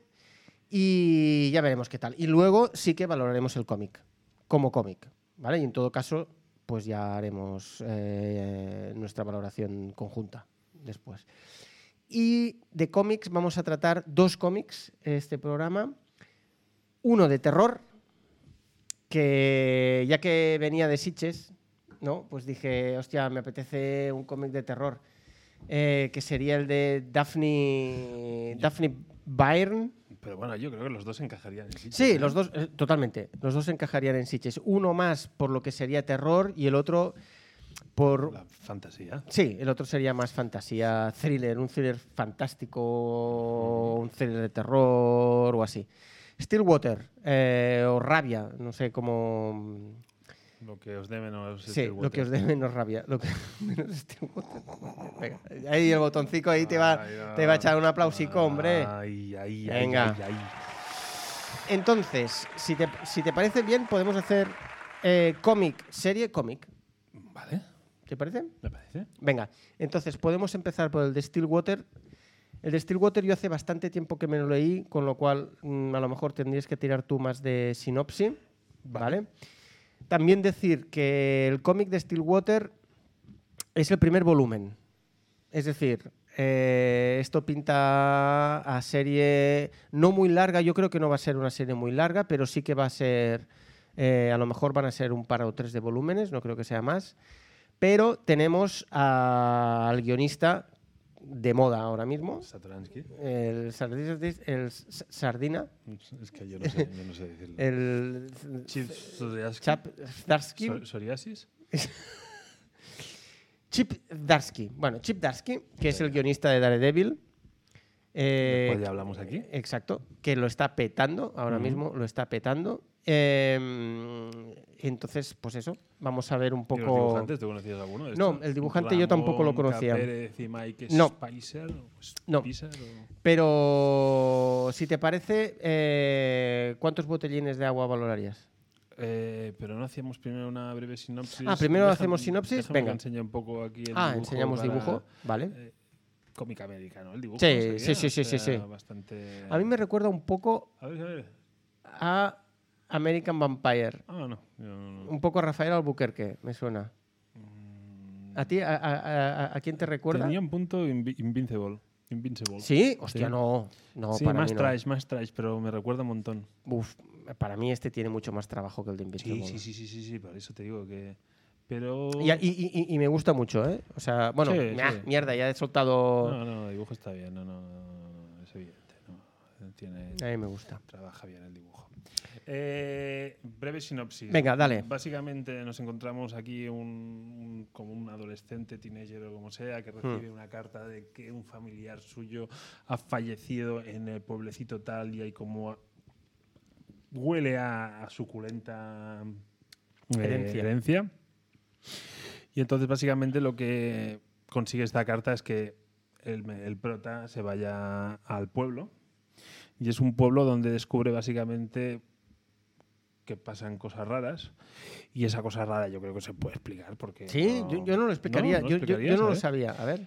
[SPEAKER 3] y ya veremos qué tal. Y luego sí que valoraremos el cómic, como cómic, ¿vale? Y en todo caso, pues ya haremos eh, nuestra valoración conjunta después. Y de cómics vamos a tratar dos cómics en este programa. Uno de terror, que ya que venía de Sitches, ¿no? Pues dije, hostia, me apetece un cómic de terror. eh, que sería el de Daphne. Daphne Byrne.
[SPEAKER 2] Pero bueno, yo creo que los dos encajarían en sitio,
[SPEAKER 3] Sí,
[SPEAKER 2] ¿eh?
[SPEAKER 3] los dos, eh, totalmente. Los dos encajarían en Sitches. Uno más por lo que sería terror y el otro por.
[SPEAKER 2] La fantasía.
[SPEAKER 3] Sí, el otro sería más fantasía, thriller, un thriller fantástico, un thriller de terror o así. Stillwater eh, o Rabia, no sé cómo.
[SPEAKER 2] Lo que os dé menos.
[SPEAKER 3] Sí, lo que os dé menos rabia. Lo que, menos Stillwater. Venga, ahí el botoncito Ah, ahí te va, Ah, te va a echar un aplausico, hombre.
[SPEAKER 2] Ay, ay, ay,
[SPEAKER 3] Venga.
[SPEAKER 2] ay, ay.
[SPEAKER 3] Entonces, si te, si te parece bien, podemos hacer eh, cómic, serie cómic.
[SPEAKER 2] Vale,
[SPEAKER 3] ¿Te parece?
[SPEAKER 2] me parece.
[SPEAKER 3] Venga, entonces podemos empezar por el de Stillwater. El de Stillwater yo hace bastante tiempo que me lo leí, con lo cual mm, a lo mejor tendrías que tirar tú más de sinopsis, ¿vale? También decir que el cómic de Stillwater es el primer volumen. Es decir, eh, esto pinta a serie no muy larga, yo creo que no va a ser una serie muy larga, pero sí que va a ser, eh, a lo mejor van a ser un par o tres de volúmenes, no creo que sea más. Pero tenemos a- al guionista de moda ahora mismo,
[SPEAKER 2] Satoransky.
[SPEAKER 3] el, Sardi- el S- Sardina,
[SPEAKER 2] Es que yo no sé, yo no sé decirlo.
[SPEAKER 3] el
[SPEAKER 2] Chip Soriaski.
[SPEAKER 3] Chap Starsky,
[SPEAKER 2] Sor- ¿Psoriasis?
[SPEAKER 3] Chip Darsky. Bueno, Chip Darsky, que es el guionista de Daredevil. eh,
[SPEAKER 2] Después ya hablamos aquí.
[SPEAKER 3] eh, Exacto, que lo está petando ahora mismo, lo está petando. Eh, entonces, pues eso, vamos a ver un
[SPEAKER 2] ¿Y los
[SPEAKER 3] poco.
[SPEAKER 2] dibujantes? ¿Tú conocías alguno? de
[SPEAKER 3] No,
[SPEAKER 2] estos?
[SPEAKER 3] el dibujante yo tampoco lo
[SPEAKER 2] Ramón
[SPEAKER 3] conocía.
[SPEAKER 2] Capérez y Mike
[SPEAKER 3] No.
[SPEAKER 2] Spicer, o
[SPEAKER 3] No.
[SPEAKER 2] Spicer, o-
[SPEAKER 3] Pero si te parece, eh, ¿cuántos botellines de agua valorarías?
[SPEAKER 2] Eh, pero no hacíamos primero una breve sinopsis.
[SPEAKER 3] Ah, primero
[SPEAKER 2] Déjame-
[SPEAKER 3] hacemos sinopsis,
[SPEAKER 2] déjame que
[SPEAKER 3] venga.
[SPEAKER 2] enseñe un poco aquí el
[SPEAKER 3] ah,
[SPEAKER 2] dibujo
[SPEAKER 3] enseñamos
[SPEAKER 2] para-
[SPEAKER 3] dibujo. Vale.
[SPEAKER 2] eh, cómica americano, el dibujo.
[SPEAKER 3] Sí,
[SPEAKER 2] no
[SPEAKER 3] sí, sí, sí, sí,
[SPEAKER 2] o sea,
[SPEAKER 3] sí.
[SPEAKER 2] Bastante...
[SPEAKER 3] a mí me recuerda un poco
[SPEAKER 2] A ver, a ver.
[SPEAKER 3] a American Vampire.
[SPEAKER 2] Ah, no. yo no- no.
[SPEAKER 3] Un poco a Rafael Albuquerque, me suena. ¿A ti? ¿A, a- a- a- a quién te recuerda?
[SPEAKER 2] Mm. Tenía un punto invi- Invincible. Invincible.
[SPEAKER 3] Sí, hostia,
[SPEAKER 2] Sí.
[SPEAKER 3] no. No,
[SPEAKER 2] Sí,
[SPEAKER 3] para
[SPEAKER 2] más
[SPEAKER 3] mí no.
[SPEAKER 2] trash, más trash, pero me recuerda un montón.
[SPEAKER 3] Uf, para mí este tiene mucho más trabajo que el de Invincible.
[SPEAKER 2] Sí, sí, sí, sí, sí, sí, por eso te digo que. Pero.
[SPEAKER 3] Y, y- y- y me gusta mucho, ¿eh? O sea, bueno,
[SPEAKER 2] Sí,
[SPEAKER 3] meh,
[SPEAKER 2] sí.
[SPEAKER 3] mierda, ya he soltado.
[SPEAKER 2] No, no, el dibujo está bien, no, no, no, no, es evidente. no. Tiene,
[SPEAKER 3] A mí me gusta.
[SPEAKER 2] Trabaja bien el dibujo. Eh, breve sinopsis.
[SPEAKER 3] Venga, dale.
[SPEAKER 2] Básicamente nos encontramos aquí un, un- como un adolescente, teenager o como sea, que
[SPEAKER 3] Hmm.
[SPEAKER 2] recibe una carta de que un familiar suyo ha fallecido en el pueblecito tal y hay como huele a, a suculenta eh,
[SPEAKER 3] Herencia.
[SPEAKER 2] herencia. Y entonces básicamente lo que consigue esta carta es que el, me- el prota se vaya al pueblo. Y es un pueblo donde descubre básicamente que pasan cosas raras. Y esa cosa rara yo creo que se puede explicar porque...
[SPEAKER 3] Sí, yo, yo no lo explicaría. yo- yo, yo
[SPEAKER 2] explicarías,
[SPEAKER 3] no lo
[SPEAKER 2] ¿eh?
[SPEAKER 3] sabía. A ver,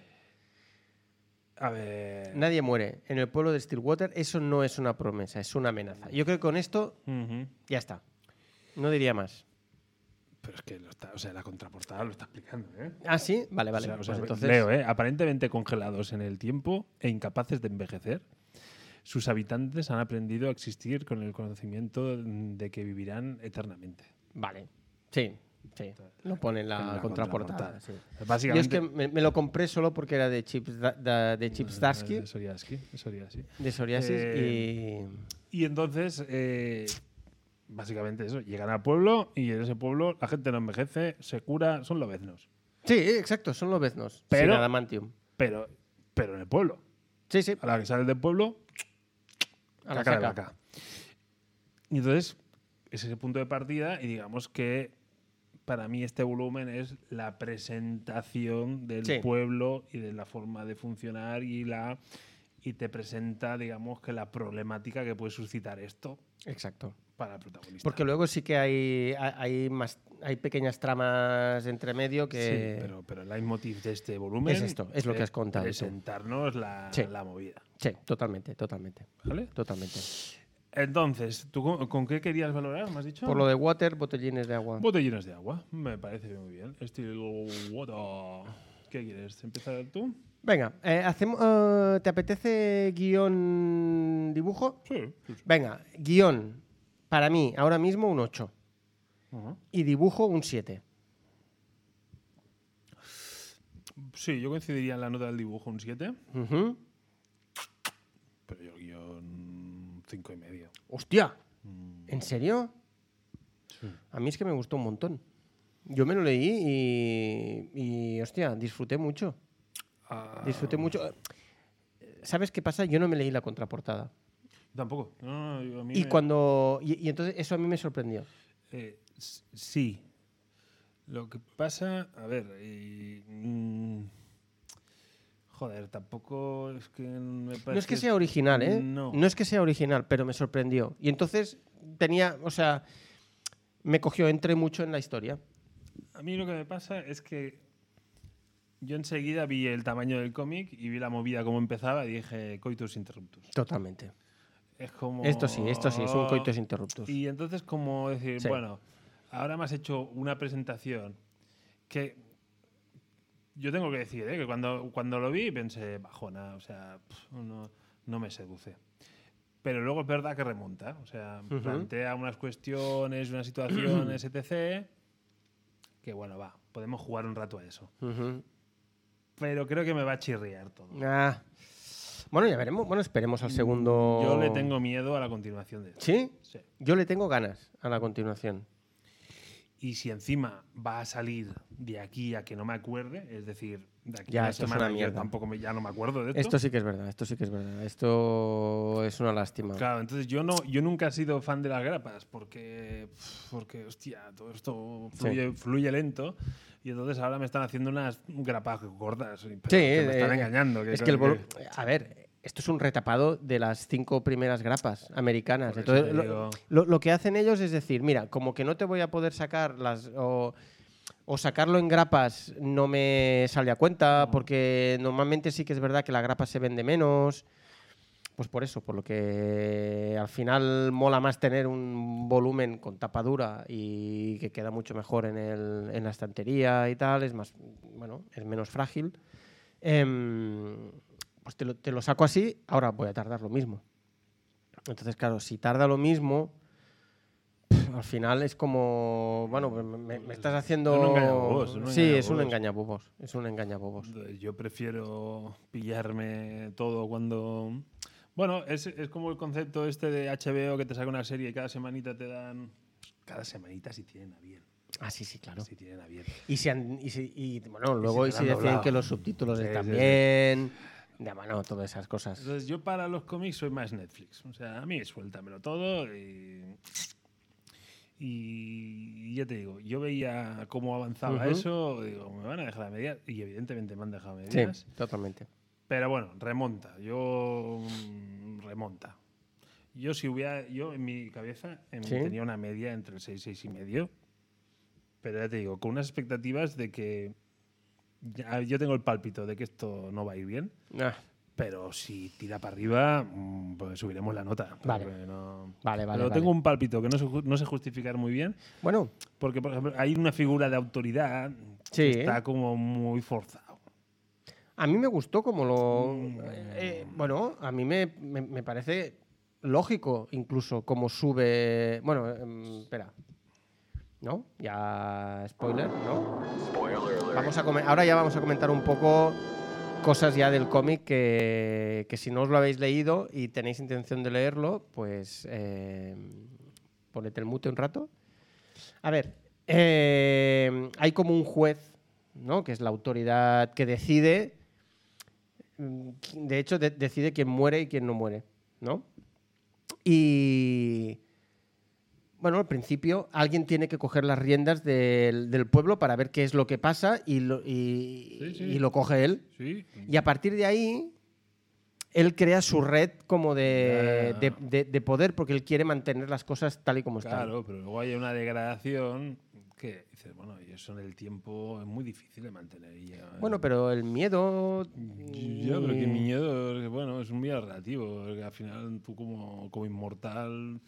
[SPEAKER 2] A ver...
[SPEAKER 3] nadie muere. En el pueblo de Stillwater, eso no es una promesa, es una amenaza. Yo creo que con esto
[SPEAKER 2] Ujú.
[SPEAKER 3] ya está. No diría más.
[SPEAKER 2] Pero es que lo está, o sea, la contraportada lo está explicando, ¿eh?
[SPEAKER 3] Ah, sí, vale, vale.
[SPEAKER 2] O sea, o
[SPEAKER 3] pues
[SPEAKER 2] sea,
[SPEAKER 3] entonces,
[SPEAKER 2] Leo, ¿eh? aparentemente congelados en el tiempo e incapaces de envejecer, sus habitantes han aprendido a existir con el conocimiento de que vivirán eternamente.
[SPEAKER 3] Vale. Sí, sí. Lo pone en la,
[SPEAKER 2] En la
[SPEAKER 3] contraportada.
[SPEAKER 2] contraportada.
[SPEAKER 3] sí. Yo es
[SPEAKER 2] Básicamente. Ah,
[SPEAKER 3] que me, me lo compré solo porque era de Chips, Da- da- de Chips Darsky,
[SPEAKER 2] Eso sería así, eso sería así.
[SPEAKER 3] de psoriasis,
[SPEAKER 2] Eh,
[SPEAKER 3] y.
[SPEAKER 2] Y entonces, eh, básicamente eso, llegan al pueblo y en ese pueblo la gente no envejece, se cura, son lobeznos.
[SPEAKER 3] Sí, exacto, son lobeznos. Pero.
[SPEAKER 2] Pero-
[SPEAKER 3] adamantium.
[SPEAKER 2] Pero, pero en el pueblo.
[SPEAKER 3] Sí, sí,
[SPEAKER 2] A la que sales del pueblo,
[SPEAKER 3] a la
[SPEAKER 2] caca de
[SPEAKER 3] saca.
[SPEAKER 2] vaca. Y entonces, es ese punto de partida y digamos que para mí este volumen es la presentación del
[SPEAKER 3] Sí.
[SPEAKER 2] pueblo y de la forma de funcionar y la y te presenta, digamos, que la problemática que puede suscitar esto
[SPEAKER 3] Exacto.
[SPEAKER 2] para el protagonista.
[SPEAKER 3] Porque luego sí que hay, ha- hay, más, hay pequeñas tramas de entre medio que.
[SPEAKER 2] Sí, pero, pero el leitmotiv de este volumen
[SPEAKER 3] Es esto, es lo que has contado tú.
[SPEAKER 2] Presentarnos la,
[SPEAKER 3] Sí.
[SPEAKER 2] la movida,
[SPEAKER 3] Sí, totalmente, totalmente.
[SPEAKER 2] ¿vale?
[SPEAKER 3] Totalmente.
[SPEAKER 2] Entonces, ¿tú con, con qué querías valorar, me has dicho?
[SPEAKER 3] Por lo de water, botellines de agua.
[SPEAKER 2] Botellines de agua, me parece muy bien. Estilo water. ¿Qué quieres? ¿Empezar tú?
[SPEAKER 3] Venga, eh, hacemos, eh, ¿te apetece guión dibujo?
[SPEAKER 2] Sí.
[SPEAKER 3] Venga, guión. Para mí, ahora mismo un 8.
[SPEAKER 2] Ujú.
[SPEAKER 3] Y dibujo un 7.
[SPEAKER 2] Sí, yo coincidiría en la nota del dibujo un 7,
[SPEAKER 3] Ujú.
[SPEAKER 2] pero yo el guión 5 y medio.
[SPEAKER 3] ¡Hostia! ¿En serio? A mí es que me gustó un montón. Yo me lo leí y, y hostia, disfruté mucho.
[SPEAKER 2] Ah,
[SPEAKER 3] Disfruté mucho. ¿Sabes qué pasa? Yo no me leí la contraportada.
[SPEAKER 2] Ah, Tampoco. No, no, yo- a mí
[SPEAKER 3] Y
[SPEAKER 2] me-
[SPEAKER 3] cuando. Y, y entonces eso a mí me sorprendió.
[SPEAKER 2] Eh, s- sí. Lo que pasa, a ver, y, mm, joder, tampoco es que me parece...
[SPEAKER 3] No es que sea original, ¿eh?
[SPEAKER 2] No.
[SPEAKER 3] es que sea original, pero me sorprendió. Y entonces tenía. O sea. Me cogió, entré mucho en la historia.
[SPEAKER 2] A mí lo que me pasa es que yo enseguida vi el tamaño del cómic y vi la movida como empezaba y dije coitus interruptus.
[SPEAKER 3] Totalmente.
[SPEAKER 2] Es como...
[SPEAKER 3] Esto sí, esto sí, es un coitus interruptus.
[SPEAKER 2] Oh. Y entonces como decir,
[SPEAKER 3] Sí.
[SPEAKER 2] bueno, ahora me has hecho una presentación que yo tengo que decir, ¿eh? que cuando, cuando lo vi pensé, bajona, o sea, pf, no, no me seduce. Pero luego es verdad que remonta, o sea,
[SPEAKER 3] Ujú.
[SPEAKER 2] plantea unas cuestiones, unas situaciones, etc. Que bueno, va, podemos jugar un rato a eso.
[SPEAKER 3] Ujú.
[SPEAKER 2] Pero creo que me va a chirriar todo.
[SPEAKER 3] Ah. Bueno, ya veremos. Bueno, esperemos al segundo.
[SPEAKER 2] Mm, Yo le tengo miedo a la continuación de esto.
[SPEAKER 3] Oh. ¿Sí?
[SPEAKER 2] Sí.
[SPEAKER 3] Yo le tengo ganas a la continuación.
[SPEAKER 2] Y si encima va a salir de aquí a que no me acuerde, es decir, de aquí
[SPEAKER 3] Ya,
[SPEAKER 2] a una
[SPEAKER 3] esto es
[SPEAKER 2] semana
[SPEAKER 3] una
[SPEAKER 2] yo
[SPEAKER 3] mierda.
[SPEAKER 2] tampoco me, ya no me acuerdo de esto.
[SPEAKER 3] Esto sí que es verdad, esto sí que es verdad. Esto es una lástima.
[SPEAKER 2] Claro, entonces yo no, yo nunca he sido fan de las grapas porque, porque hostia, todo esto fluye, fluye lento y entonces ahora me están haciendo unas grapas gordas. y- pero que
[SPEAKER 3] Sí,
[SPEAKER 2] me
[SPEAKER 3] eh,
[SPEAKER 2] están engañando.
[SPEAKER 3] Es que el volu- A ver, esto es un retapado de las cinco primeras grapas americanas.
[SPEAKER 2] Por eso
[SPEAKER 3] Entonces,
[SPEAKER 2] te
[SPEAKER 3] lo,
[SPEAKER 2] digo.
[SPEAKER 3] lo- lo que hacen ellos es decir, mira, como que no te voy a poder sacar las... O, o sacarlo en grapas no me sale a cuenta, porque normalmente sí que es verdad que la grapa se vende menos. Pues por eso, por lo que al final mola más tener un volumen con tapadura y que queda mucho mejor en, el- en la estantería y tal, es más, bueno, es menos frágil. Em, pues te lo, te lo saco así, ahora voy a tardar lo mismo. Entonces, claro, si tarda lo mismo, al final es como, bueno, me- me, me estás haciendo...
[SPEAKER 2] Es un engañabobos, es un
[SPEAKER 3] sí, es un
[SPEAKER 2] engañabobos.
[SPEAKER 3] engañabobos, es un engañabobos.
[SPEAKER 2] Yo prefiero pillarme todo cuando. Bueno, es, es como el concepto este de HBO que te saca una serie y cada semanita te dan. Cada semanita si tienen a bien.
[SPEAKER 3] Ah, sí, sí, claro.
[SPEAKER 2] Si tienen a bien.
[SPEAKER 3] Y si, han- y si- y, bueno, luego
[SPEAKER 2] te
[SPEAKER 3] y
[SPEAKER 2] lo
[SPEAKER 3] si
[SPEAKER 2] han
[SPEAKER 3] deciden
[SPEAKER 2] doblado.
[SPEAKER 3] que los subtítulos
[SPEAKER 2] Sí,
[SPEAKER 3] están
[SPEAKER 2] sí, sí.
[SPEAKER 3] bien, de mano, todas esas cosas.
[SPEAKER 2] Entonces, yo para los cómics soy más Netflix. O sea, a mí suéltamelo todo y. Y ya te digo, yo veía cómo avanzaba
[SPEAKER 3] Ujú.
[SPEAKER 2] eso, digo, me van a dejar a medias, y evidentemente me han dejado a
[SPEAKER 3] Sí,
[SPEAKER 2] medias.
[SPEAKER 3] totalmente.
[SPEAKER 2] Pero bueno, remonta. Yo mm, remonta. Yo si hubiera, yo en mi cabeza em,
[SPEAKER 3] Sí.
[SPEAKER 2] tenía una media entre el 6 6 y medio. Pero ya te digo, con unas expectativas de que ya- yo tengo el pálpito de que esto no va a ir bien,
[SPEAKER 3] Ah,
[SPEAKER 2] pero si tira para arriba, mm, pues subiremos la nota.
[SPEAKER 3] Vale.
[SPEAKER 2] porque no-
[SPEAKER 3] Vale, vale,
[SPEAKER 2] Pero
[SPEAKER 3] vale.
[SPEAKER 2] tengo un pálpito que no sé, ju- no sé justificar muy bien,
[SPEAKER 3] Bueno,
[SPEAKER 2] porque por ejemplo, hay una figura de autoridad
[SPEAKER 3] Sí,
[SPEAKER 2] que
[SPEAKER 3] ¿eh?
[SPEAKER 2] está como muy forzado.
[SPEAKER 3] a mí me gustó como lo...
[SPEAKER 2] Mm.
[SPEAKER 3] eh, eh, bueno, a mí me, me- me parece lógico incluso cómo sube... Bueno, em, espera. ¿No? Ya... Spoiler, ¿no? Vamos a come- ahora ya vamos a comentar un poco cosas ya del cómic que, que si no os lo habéis leído y tenéis intención de leerlo, pues eh, poned el mute un rato. A ver, eh, hay como un juez, ¿no? Que es la autoridad que decide, mm, qui- de hecho, de- decide quién muere y quién no muere, ¿no? Y bueno, al principio alguien tiene que coger las riendas del, del pueblo para ver qué es lo que pasa y lo, y-
[SPEAKER 2] Sí, sí.
[SPEAKER 3] y lo coge él.
[SPEAKER 2] Sí,
[SPEAKER 3] Y a partir de ahí, él crea su red como de,
[SPEAKER 2] Ya.
[SPEAKER 3] de- de- de poder, porque él quiere mantener las cosas tal y como
[SPEAKER 2] Claro, pero luego hay una degradación que dices, bueno, y eso en el tiempo es muy difícil de mantener. y ya- eh,
[SPEAKER 3] están. Bueno, pero el miedo. mm,
[SPEAKER 2] yo creo que mi miedo, es- bueno, es un miedo relativo. porque al final tú como, como inmortal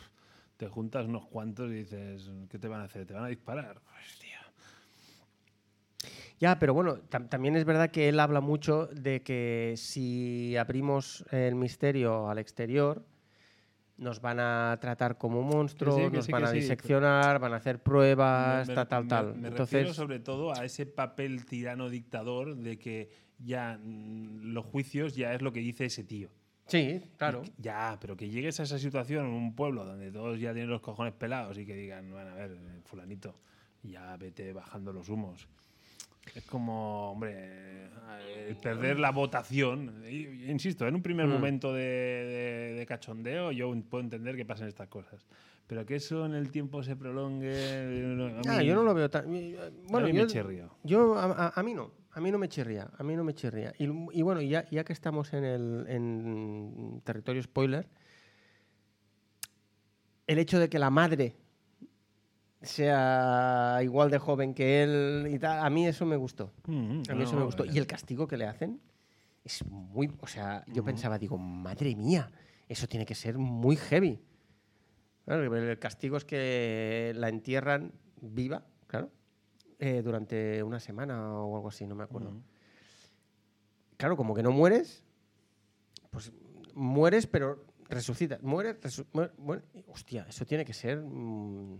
[SPEAKER 2] te juntas unos cuantos y dices, ¿qué te van a hacer? ¿Te van a disparar? Pues, Hostia.
[SPEAKER 3] Ya, pero bueno, tam- también es verdad que él habla mucho de que si abrimos el misterio al exterior, nos van a tratar como monstruos,
[SPEAKER 2] sí, que
[SPEAKER 3] nos
[SPEAKER 2] sí,
[SPEAKER 3] van
[SPEAKER 2] que
[SPEAKER 3] a
[SPEAKER 2] sí, pero-
[SPEAKER 3] diseccionar, van a hacer pruebas,
[SPEAKER 2] Me- me-
[SPEAKER 3] tal, Ah, tal,
[SPEAKER 2] me-
[SPEAKER 3] tal.
[SPEAKER 2] Me, refiero
[SPEAKER 3] Entonces,
[SPEAKER 2] sobre todo a ese papel tirano dictador de que ya mm, los juicios ya es lo que dice ese tío.
[SPEAKER 3] sí, claro.
[SPEAKER 2] Y- Ya, pero que llegues a esa situación en un pueblo donde todos ya tienen los cojones pelados y que digan, bueno, a ver, eh, fulanito, ya vete bajando los humos. Es como, hombre, eh, el perder la votación. Y- y Insisto, en un primer
[SPEAKER 3] Mm.
[SPEAKER 2] momento de, de- de cachondeo yo en- puedo entender que pasen estas cosas. Pero que eso en el tiempo se prolongue... eh, a
[SPEAKER 3] Ah,
[SPEAKER 2] mí-
[SPEAKER 3] yo no lo veo tan. Bueno,
[SPEAKER 2] mí
[SPEAKER 3] yo,
[SPEAKER 2] me chirría.
[SPEAKER 3] yo- a, a- a mí no. A mí no me chirría. A mí no me chirría. Y, y bueno, ya, ya que estamos en el en territorio spoiler, el hecho de que la madre sea igual de joven que él y tal, a mí eso me gustó.
[SPEAKER 2] Mm,
[SPEAKER 3] A mí
[SPEAKER 2] no,
[SPEAKER 3] eso me gustó.
[SPEAKER 2] vale.
[SPEAKER 3] Y el castigo que le hacen es muy. O sea, yo pensaba, digo, madre mía, eso tiene que ser muy heavy. Claro, El el castigo es que la entierran viva, claro, eh, durante una semana o algo así, no me acuerdo.
[SPEAKER 2] Mm.
[SPEAKER 3] Claro, como que no mueres, pues mueres, pero resucitas. Mueres, resu- muer- muer- Hostia, eso tiene que ser. mm,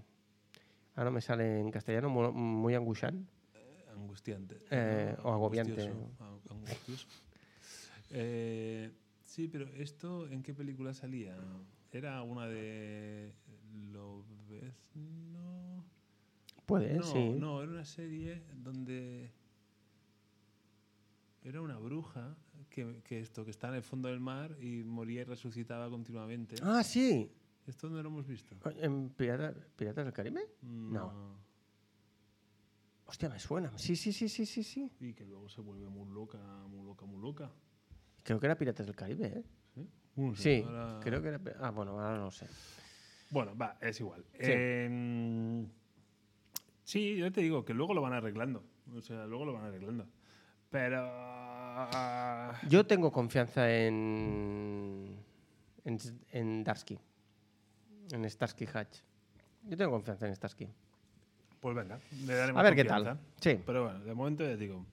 [SPEAKER 3] ahora me sale en castellano mu- muy angustiante.
[SPEAKER 2] angustiante.
[SPEAKER 3] Eh,
[SPEAKER 2] ¿no?
[SPEAKER 3] o agobiante,
[SPEAKER 2] Angustioso, a- angustioso. Eh, sí, pero esto, ¿en qué película salía? ¿Era una de Lobezno?
[SPEAKER 3] Puede,
[SPEAKER 2] no,
[SPEAKER 3] Eh, sí.
[SPEAKER 2] no, era una serie donde era una bruja que, que esto, que está en el fondo del mar y moría y resucitaba continuamente.
[SPEAKER 3] Ah, sí.
[SPEAKER 2] Esto no lo hemos visto.
[SPEAKER 3] ¿En Pirata- ¿Piratas del Caribe? No. Hostia, me suena. Sí, sí, sí, sí, sí, sí.
[SPEAKER 2] Y que luego se vuelve muy loca, muy loca, muy loca.
[SPEAKER 3] Creo que era Piratas del Caribe, ¿eh?
[SPEAKER 2] Sí, Uh,
[SPEAKER 3] Sí,
[SPEAKER 2] ahora-
[SPEAKER 3] creo que era... pi- Ah, bueno, ahora no sé.
[SPEAKER 2] Bueno, va, es igual. Em, Sí. yo te digo que luego lo van arreglando. O sea, luego lo van arreglando. Pero.
[SPEAKER 3] Yo tengo confianza en... En, S- en Darsky. En Starsky Hatch. Yo tengo confianza en Starsky.
[SPEAKER 2] Pues venga, le daremos
[SPEAKER 3] A ver qué
[SPEAKER 2] confianza.
[SPEAKER 3] tal. Sí.
[SPEAKER 2] Pero bueno, de momento ya digo.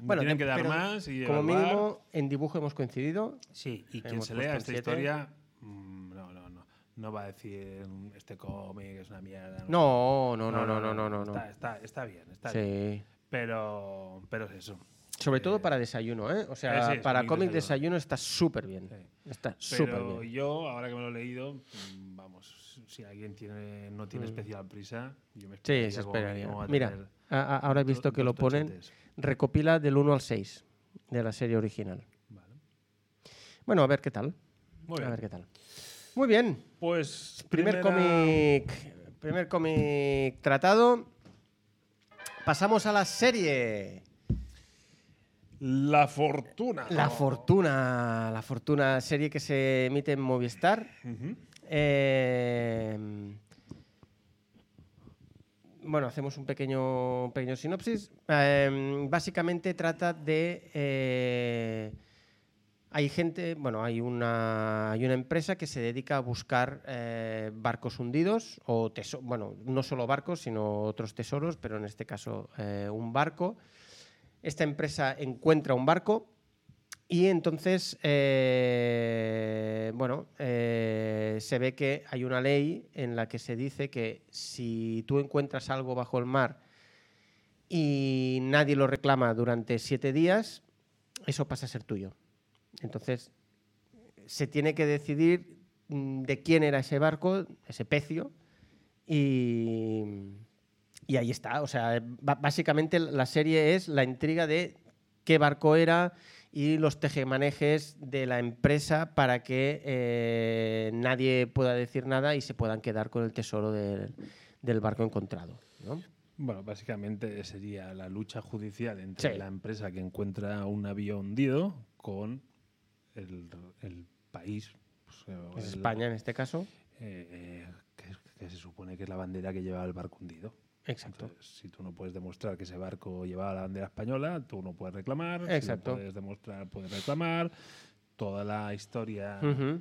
[SPEAKER 3] Bueno,
[SPEAKER 2] tienen
[SPEAKER 3] te-
[SPEAKER 2] que dar
[SPEAKER 3] pero
[SPEAKER 2] más y.
[SPEAKER 3] Como
[SPEAKER 2] evaluar.
[SPEAKER 3] mínimo, en dibujo hemos coincidido.
[SPEAKER 2] Sí, y quien
[SPEAKER 3] Hemos
[SPEAKER 2] se
[SPEAKER 3] puesto
[SPEAKER 2] lea
[SPEAKER 3] un
[SPEAKER 2] esta
[SPEAKER 3] siete.
[SPEAKER 2] historia. mm, No, no, no. No va a decir mm, este cómic es una mierda.
[SPEAKER 3] No, no, no, no, no, no, no. no.
[SPEAKER 2] Está, está- está bien, está bien.
[SPEAKER 3] Sí.
[SPEAKER 2] Pero, pero es eso.
[SPEAKER 3] Sobre todo para desayuno, ¿eh? O
[SPEAKER 2] eh,
[SPEAKER 3] sea,
[SPEAKER 2] sí, es
[SPEAKER 3] para
[SPEAKER 2] muy
[SPEAKER 3] cómic
[SPEAKER 2] desayuno.
[SPEAKER 3] desayuno está súper bien.
[SPEAKER 2] Sí.
[SPEAKER 3] Está súper
[SPEAKER 2] Pero
[SPEAKER 3] bien.
[SPEAKER 2] yo, ahora que me lo he leído, mm, vamos, si alguien tiene, no tiene especial prisa, yo me
[SPEAKER 3] Mm. Sí, se
[SPEAKER 2] esperaría como
[SPEAKER 3] esperaría.
[SPEAKER 2] mínimo a
[SPEAKER 3] Mira,
[SPEAKER 2] tener
[SPEAKER 3] a- a- ahora he
[SPEAKER 2] do-
[SPEAKER 3] visto que
[SPEAKER 2] dos
[SPEAKER 3] lo ponen,
[SPEAKER 2] tochetes.
[SPEAKER 3] recopila del 1 al 6 de la serie original.
[SPEAKER 2] Vale.
[SPEAKER 3] Bueno, a ver qué tal.
[SPEAKER 2] Muy
[SPEAKER 3] A
[SPEAKER 2] bien.
[SPEAKER 3] ver qué tal. Muy bien.
[SPEAKER 2] Pues,
[SPEAKER 3] Primer
[SPEAKER 2] primera-
[SPEAKER 3] cómic. Primer cómic tratado. Pasamos a la serie.
[SPEAKER 2] La fortuna.
[SPEAKER 3] La Fortuna. La Fortuna, serie que se emite en Movistar.
[SPEAKER 2] Ujú.
[SPEAKER 3] Eh, bueno, hacemos un pequeño, un pequeño sinopsis. Eh, básicamente trata de. eh, hay gente, bueno, hay una, hay una empresa que se dedica a buscar eh, barcos hundidos o teso- bueno, no solo barcos, sino otros tesoros, pero en este caso eh, un barco. Esta empresa encuentra un barco y entonces, eh, bueno, eh, se ve que hay una ley en la que se dice que si tú encuentras algo bajo el mar y nadie lo reclama durante siete días, eso pasa a ser tuyo. Entonces, se tiene que decidir mm, de quién era ese barco, ese pecio, y, y ahí está. O sea, ba- básicamente la serie es la intriga de qué barco era y los tejemanejes de la empresa para que eh, nadie pueda decir nada y se puedan quedar con el tesoro del, del barco encontrado. ¿no?
[SPEAKER 2] Bueno, básicamente sería la lucha judicial entre
[SPEAKER 3] Sí.
[SPEAKER 2] la empresa que encuentra un avión hundido con el, el país. pues, eh,
[SPEAKER 3] Es
[SPEAKER 2] el-
[SPEAKER 3] España en este caso.
[SPEAKER 2] eh, eh, que, que se supone que es la bandera que lleva el barco hundido.
[SPEAKER 3] Exacto.
[SPEAKER 2] Entonces, si tú no puedes demostrar que ese barco llevaba la bandera española, tú no puedes reclamar. Si no
[SPEAKER 3] Exacto.
[SPEAKER 2] puedes demostrar, puedes reclamar. Toda la historia
[SPEAKER 3] Ujú.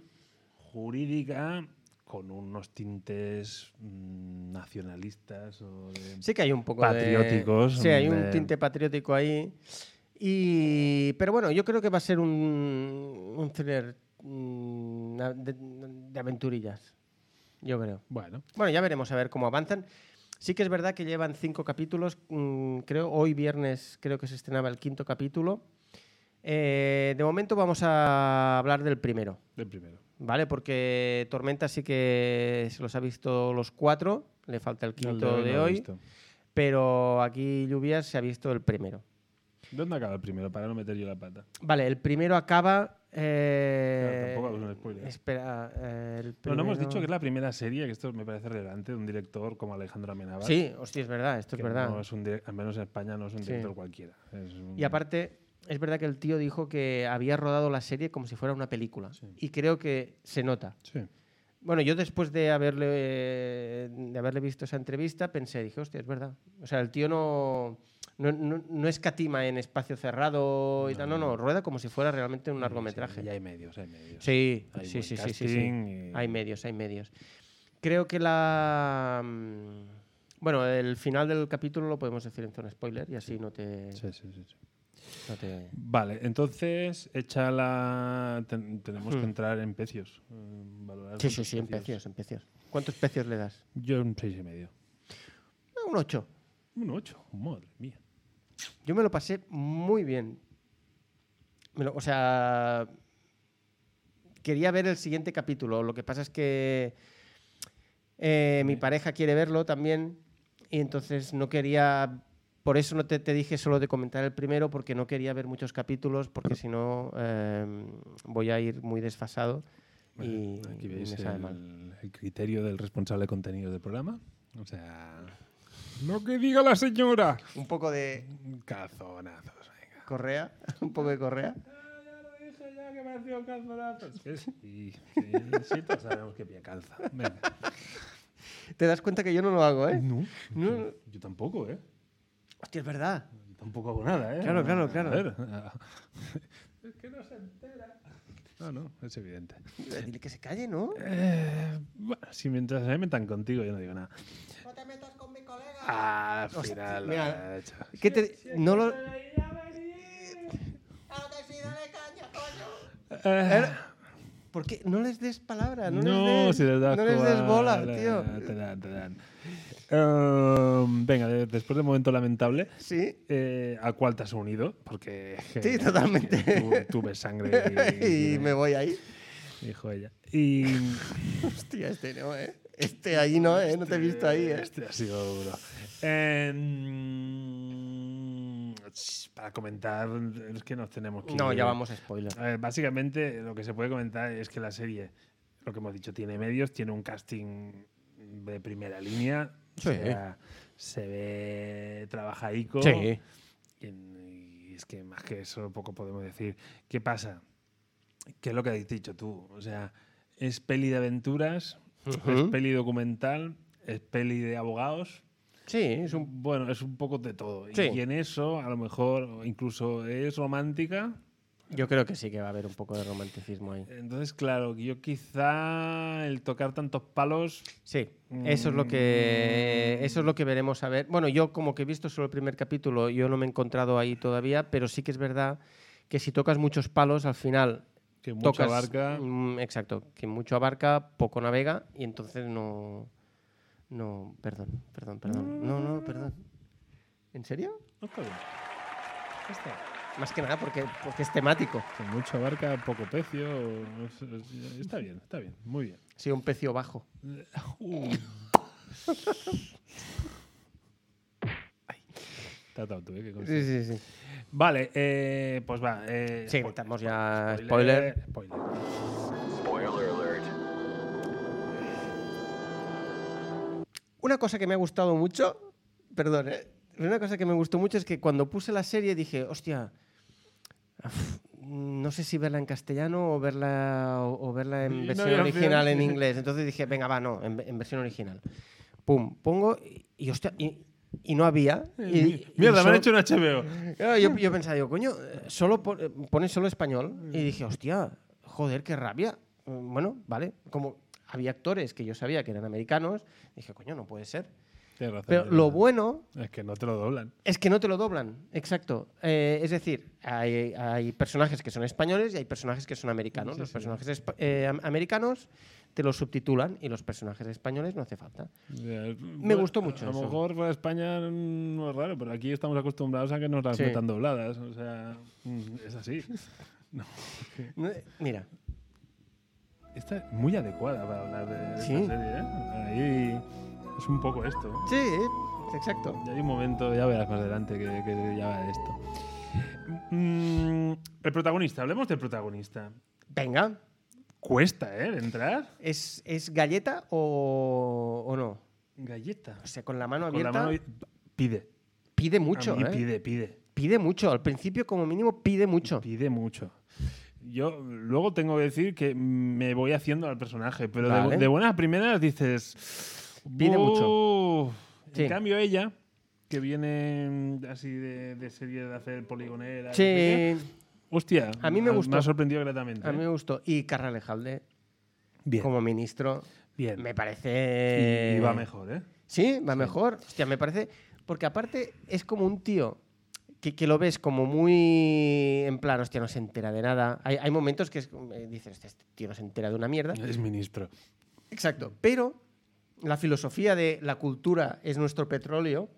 [SPEAKER 2] jurídica con unos tintes mm, nacionalistas o de-
[SPEAKER 3] Sí que hay un poco
[SPEAKER 2] Patrióticos,
[SPEAKER 3] De, sí, hay un
[SPEAKER 2] de-
[SPEAKER 3] tinte patriótico ahí. Y, pero bueno, yo creo que va a ser un, un thriller mm, a- de, de aventurillas. Yo creo.
[SPEAKER 2] Bueno,
[SPEAKER 3] Bueno, ya veremos a ver cómo avanzan. Sí que es verdad que llevan cinco capítulos. mm, creo hoy viernes creo que se estrenaba el quinto capítulo. Eh, de momento vamos a hablar del primero.
[SPEAKER 2] el primero.
[SPEAKER 3] Vale, porque Tormenta sí que se los ha visto los cuatro, le falta el
[SPEAKER 2] El no
[SPEAKER 3] quinto de
[SPEAKER 2] lo he
[SPEAKER 3] hoy,
[SPEAKER 2] visto.
[SPEAKER 3] pero aquí Lluvias se ha visto el primero.
[SPEAKER 2] ¿Dónde acaba el primero? Para no meter yo la pata.
[SPEAKER 3] Vale, el primero acaba... eh,
[SPEAKER 2] Claro, tampoco es un spoiler.
[SPEAKER 3] Espera, eh, el
[SPEAKER 2] Pero no hemos
[SPEAKER 3] primero-
[SPEAKER 2] dicho que es la primera serie, que esto me parece relevante, de un director como Alejandro Amenábar.
[SPEAKER 3] Sí, hostia, es verdad, esto es
[SPEAKER 2] que
[SPEAKER 3] verdad.
[SPEAKER 2] no es un dire- al menos en España no es un
[SPEAKER 3] Sí.
[SPEAKER 2] director cualquiera. es un-
[SPEAKER 3] Y aparte, es verdad que el tío dijo que había rodado la serie como si fuera una película,
[SPEAKER 2] Sí.
[SPEAKER 3] y creo que se nota.
[SPEAKER 2] Sí.
[SPEAKER 3] Bueno, yo después de haberle, de haberle visto esa entrevista pensé, dije, hostia, es verdad. O sea, el tío no, no, no- no escatima en espacio cerrado y tal, no, no, rueda como si fuera realmente un largometraje.
[SPEAKER 2] Sí, y hay medios, hay medios.
[SPEAKER 3] Sí,
[SPEAKER 2] Hay
[SPEAKER 3] sí,
[SPEAKER 2] buen
[SPEAKER 3] sí, sí, sí, sí.
[SPEAKER 2] casting eh. y-
[SPEAKER 3] Hay medios, hay medios. Creo que la... mm, Bueno, el final del capítulo lo podemos decir en zona spoiler y así no te...
[SPEAKER 2] Sí, sí, sí, sí.
[SPEAKER 3] no te-
[SPEAKER 2] Vale, entonces, hecha la. ten- tenemos que
[SPEAKER 3] Hmm.
[SPEAKER 2] entrar en pecios. em, valorar
[SPEAKER 3] Sí,
[SPEAKER 2] los
[SPEAKER 3] sí, sí, en pecios, en pecios. ¿Cuántos pecios le das?
[SPEAKER 2] Yo un 6,5. y medio.
[SPEAKER 3] Ah, Un 8.
[SPEAKER 2] Un 8, madre mía.
[SPEAKER 3] Yo me lo pasé muy bien. Me lo- o sea, quería ver el siguiente capítulo. Lo que pasa es que eh, mi pareja quiere verlo también Y entonces no quería. Por eso no te, te dije solo de comentar el primero, porque no quería ver muchos capítulos, porque si no eh, voy a ir muy desfasado. Y,
[SPEAKER 2] Bueno, aquí
[SPEAKER 3] y me
[SPEAKER 2] veis
[SPEAKER 3] sabe mal.
[SPEAKER 2] el, el criterio del responsable de contenidos del programa. O sea. Lo que diga la señora.
[SPEAKER 3] Un poco de
[SPEAKER 2] Cazonazos, venga.
[SPEAKER 3] correa, un poco de correa.
[SPEAKER 2] Ah, Ya lo dije ya que me hacía un calzonazos. Sí, sí, sí, todos sabemos que pie calza. Venga.
[SPEAKER 3] Te das cuenta que yo no lo hago, ¿eh?
[SPEAKER 2] No,
[SPEAKER 3] No, no.
[SPEAKER 2] yo, yo tampoco, ¿eh?
[SPEAKER 3] Hostia, es verdad.
[SPEAKER 2] Yo tampoco hago nada, ¿eh?
[SPEAKER 3] Claro, claro,
[SPEAKER 2] A
[SPEAKER 3] claro.
[SPEAKER 2] ver, ah. es que no se entera. No, no, es evidente.
[SPEAKER 3] Eh, Dile que se calle, ¿no?
[SPEAKER 2] Eh, bueno, si mientras se metan contigo, yo no digo nada.
[SPEAKER 4] No te metas con mi colega.
[SPEAKER 2] Ah, al
[SPEAKER 3] Hostia,
[SPEAKER 2] final lo
[SPEAKER 3] mira.
[SPEAKER 2] ha hecho.
[SPEAKER 3] ¿Qué te- no lo,
[SPEAKER 4] Claro que sí, dale caña, coño.
[SPEAKER 2] Eh,
[SPEAKER 3] ¿Por qué? No les des palabra, no,
[SPEAKER 2] no,
[SPEAKER 3] les des,
[SPEAKER 2] si les das
[SPEAKER 3] no les des bola, tío.
[SPEAKER 2] Te dan, te dan. Em, venga, de- después del momento lamentable,
[SPEAKER 3] Sí,
[SPEAKER 2] eh, ¿a cuál te has unido? Porque
[SPEAKER 3] Sí,
[SPEAKER 2] eh,
[SPEAKER 3] totalmente.
[SPEAKER 2] Tú, tú ves sangre y,
[SPEAKER 3] y me voy ahí.
[SPEAKER 2] Dijo ella. Y
[SPEAKER 3] Hostia, este no, ¿eh? Este ahí no, ¿eh? No te he visto ahí, ¿eh?
[SPEAKER 2] Este ha sido duro. Em, para comentar, es que nos tenemos que.
[SPEAKER 3] No,
[SPEAKER 2] ir.
[SPEAKER 3] ya vamos a spoiler.
[SPEAKER 2] A ver, básicamente lo que se puede comentar es que la serie, lo que hemos dicho, tiene medios, tiene un casting de primera línea.
[SPEAKER 3] Sí.
[SPEAKER 2] O sea, se ve trabajadico. Y, y es que más que eso poco podemos decir. ¿Qué pasa? ¿Qué es lo que has dicho tú? O sea, es peli de aventuras, es
[SPEAKER 3] Ujú.
[SPEAKER 2] peli documental, es peli de abogados.
[SPEAKER 3] Sí, es un...
[SPEAKER 2] Bueno, es un poco de todo.
[SPEAKER 3] Sí.
[SPEAKER 2] Y en eso, a lo mejor, o incluso es romántica.
[SPEAKER 3] Yo creo que sí que va a haber un poco de romanticismo ahí.
[SPEAKER 2] Entonces, claro, yo quizá el tocar tantos palos.
[SPEAKER 3] Sí, eso es lo que
[SPEAKER 2] Mm.
[SPEAKER 3] eso es lo que veremos a ver. Bueno, yo como que he visto solo el primer capítulo, yo no me he encontrado ahí todavía, pero sí que es verdad que si tocas muchos palos al final
[SPEAKER 2] Que mucho
[SPEAKER 3] tocas-
[SPEAKER 2] abarca.
[SPEAKER 3] mm, exacto, que mucho abarca, poco navega y entonces no no, perdón, perdón, perdón. No, no, perdón. ¿En serio?
[SPEAKER 2] No está bien. Ya está.
[SPEAKER 3] Más que nada porque porque es temático.
[SPEAKER 2] Que mucho abarca, poco precio. o- es- es- Está bien, está bien. Muy bien.
[SPEAKER 3] Sí, un precio bajo.
[SPEAKER 2] Uh. Ay. Te has dado tú, ¿eh? Qué cosa.
[SPEAKER 3] Sí, sí, sí.
[SPEAKER 2] Vale, eh, pues va. eh,
[SPEAKER 3] Sí,
[SPEAKER 2] spo-
[SPEAKER 3] estamos ya spoiler.
[SPEAKER 2] spoiler, spoiler.
[SPEAKER 3] Una cosa que me ha gustado mucho, perdón, ¿eh? Pero una cosa que me gustó mucho es que cuando puse la serie dije, hostia, uf, no sé si verla en castellano o verla, o, o verla en
[SPEAKER 2] Y no
[SPEAKER 3] versión
[SPEAKER 2] había
[SPEAKER 3] original en
[SPEAKER 2] opción.
[SPEAKER 3] inglés. Entonces dije, venga, va, no, en, en versión original. Pum, pongo y, y hostia, y, y no había. y- y
[SPEAKER 2] Eh, Mierda, me han
[SPEAKER 3] solo-
[SPEAKER 2] hecho un HBO.
[SPEAKER 3] Claro, yo, yo pensaba, digo, coño, eh, solo po- eh, pone solo español. Y dije, hostia, joder, qué rabia. Mm, Bueno, vale, como había actores que yo sabía que eran americanos, dije, coño, no puede ser.
[SPEAKER 2] Tienes razón,
[SPEAKER 3] Pero
[SPEAKER 2] tienes
[SPEAKER 3] lo
[SPEAKER 2] razón.
[SPEAKER 3] bueno
[SPEAKER 2] Es que no te lo doblan.
[SPEAKER 3] es que no te lo doblan, exacto. Eh, es decir, hay, hay personajes que son españoles y hay personajes que son americanos.
[SPEAKER 2] Sí,
[SPEAKER 3] los
[SPEAKER 2] sí.
[SPEAKER 3] personajes espa- eh, am- americanos te los subtitulan y los personajes españoles no hace falta.
[SPEAKER 2] Me
[SPEAKER 3] gustó mucho
[SPEAKER 2] Eh, A lo
[SPEAKER 3] eso.
[SPEAKER 2] mejor para España mm, no es raro, pero aquí estamos acostumbrados a que nos las
[SPEAKER 3] Sí.
[SPEAKER 2] metan dobladas. O sea, mm, es así.
[SPEAKER 3] No, eh, Mira,
[SPEAKER 2] Esta es muy adecuada para hablar de esta
[SPEAKER 3] Sí.
[SPEAKER 2] serie, ¿eh? Ahí es un poco esto.
[SPEAKER 3] sí, eh, exacto.
[SPEAKER 2] Ya hay un momento, ya verás más adelante, que, que ya va de esto. Mm, el protagonista, hablemos del protagonista.
[SPEAKER 3] Venga,
[SPEAKER 2] Cuesta, ¿eh? de entrar.
[SPEAKER 3] ¿es, es galleta o, o no?
[SPEAKER 2] Galleta.
[SPEAKER 3] O sea, con la mano
[SPEAKER 2] Con la
[SPEAKER 3] abierta
[SPEAKER 2] mano y- Pide.
[SPEAKER 3] pide
[SPEAKER 2] A
[SPEAKER 3] mucho,
[SPEAKER 2] mí
[SPEAKER 3] ¿eh? Pide.
[SPEAKER 2] Pide, pide.
[SPEAKER 3] mucho. Al principio, como mínimo, pide mucho.
[SPEAKER 2] Pide mucho. Yo luego tengo que decir que me voy haciendo al personaje, pero de-
[SPEAKER 3] Vale.
[SPEAKER 2] de, buenas primeras dices.
[SPEAKER 3] Pide
[SPEAKER 2] mucho.
[SPEAKER 3] Sí.
[SPEAKER 2] En cambio, ella, que viene mm, así de, de serie de hacer poligonera. no sé
[SPEAKER 3] Sí,
[SPEAKER 2] qué, Hostia.
[SPEAKER 3] A mí me gustó.
[SPEAKER 2] Me ha sorprendido gratamente. ¿eh?
[SPEAKER 3] a mí me gustó. Y Carla Lejalde,
[SPEAKER 2] Bien.
[SPEAKER 3] como ministro,
[SPEAKER 2] bien.
[SPEAKER 3] me
[SPEAKER 2] Y-
[SPEAKER 3] parece...
[SPEAKER 2] y va mejor, ¿eh?
[SPEAKER 3] Sí, va mejor. Hostia, me parece... Porque aparte es como un tío que, que lo ves como muy en plan, hostia, no se entera de nada. Hay, hay momentos que es- eh, dices, "Hostia, este tío no se entera de una mierda.
[SPEAKER 2] Es ministro.
[SPEAKER 3] Exacto. Pero la filosofía de la cultura es nuestro petróleo.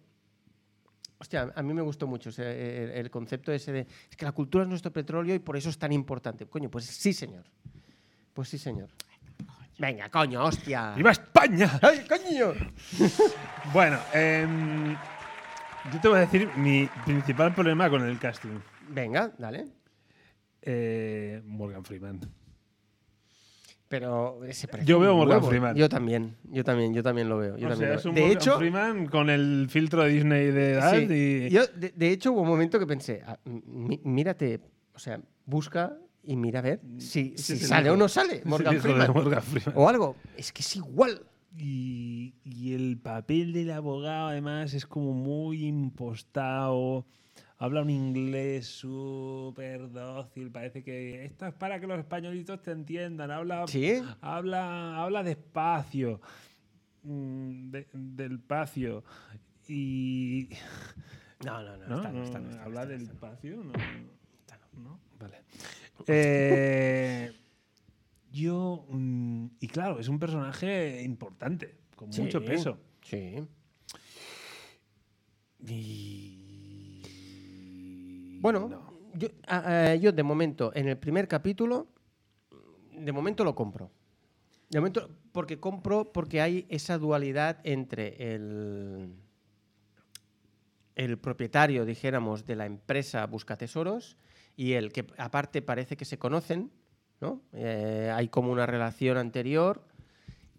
[SPEAKER 3] Hostia, a mí me gustó mucho ese- el, el concepto ese de es que la cultura es nuestro petróleo y por eso es tan importante. Coño, pues sí, señor. Pues sí, señor. Venga, coño, hostia.
[SPEAKER 2] Ah. ¡Viva España!
[SPEAKER 3] ¡Ay, coño!
[SPEAKER 2] Bueno, em, yo te voy a decir mi principal problema con el casting.
[SPEAKER 3] Venga, dale.
[SPEAKER 2] Eh, Morgan Freeman.
[SPEAKER 3] Pero ese parece
[SPEAKER 2] Yo veo
[SPEAKER 3] un
[SPEAKER 2] Morgan
[SPEAKER 3] huevo.
[SPEAKER 2] Freeman.
[SPEAKER 3] Yo también, yo también, yo también lo veo. yo
[SPEAKER 2] O
[SPEAKER 3] también
[SPEAKER 2] sea,
[SPEAKER 3] lo
[SPEAKER 2] es
[SPEAKER 3] veo.
[SPEAKER 2] un
[SPEAKER 3] de
[SPEAKER 2] Morgan
[SPEAKER 3] hecho,
[SPEAKER 2] Freeman con el filtro de Disney de edad
[SPEAKER 3] sí,
[SPEAKER 2] y...
[SPEAKER 3] yo, de, de hecho hubo un momento que pensé, ah, mí- mírate, o sea, busca y mira a ver si,
[SPEAKER 2] Ese
[SPEAKER 3] si
[SPEAKER 2] es el
[SPEAKER 3] sale
[SPEAKER 2] hijo.
[SPEAKER 3] o no sale
[SPEAKER 2] es el
[SPEAKER 3] Morgan
[SPEAKER 2] hijo de
[SPEAKER 3] Freeman.
[SPEAKER 2] Morgan Freeman.
[SPEAKER 3] O algo. Es que es igual.
[SPEAKER 2] Y, y el papel del abogado, además, es como muy impostado. Habla un inglés súper dócil. Parece que esto es para que los españolitos te entiendan. Habla,
[SPEAKER 3] Sí.
[SPEAKER 2] habla, habla despacio. mm, de- del pacio. Y.
[SPEAKER 3] No, no, no.
[SPEAKER 2] ¿no?
[SPEAKER 3] está,
[SPEAKER 2] No,
[SPEAKER 3] no, está, no, está,
[SPEAKER 2] habla
[SPEAKER 3] no, está,
[SPEAKER 2] del
[SPEAKER 3] no, está.
[SPEAKER 2] pacio, no. ¿no? Vale. Eh, yo. mm, y claro, es un personaje importante, con
[SPEAKER 3] Sí,
[SPEAKER 2] mucho peso.
[SPEAKER 3] Sí.
[SPEAKER 2] Y.
[SPEAKER 3] Bueno,
[SPEAKER 2] no.
[SPEAKER 3] yo, a- a- yo de momento, en el primer capítulo, de momento lo compro. De momento, porque compro, porque hay esa dualidad entre el, el propietario, dijéramos, de la empresa Busca Tesoros y el que aparte parece que se conocen, ¿no? Eh, hay como una relación anterior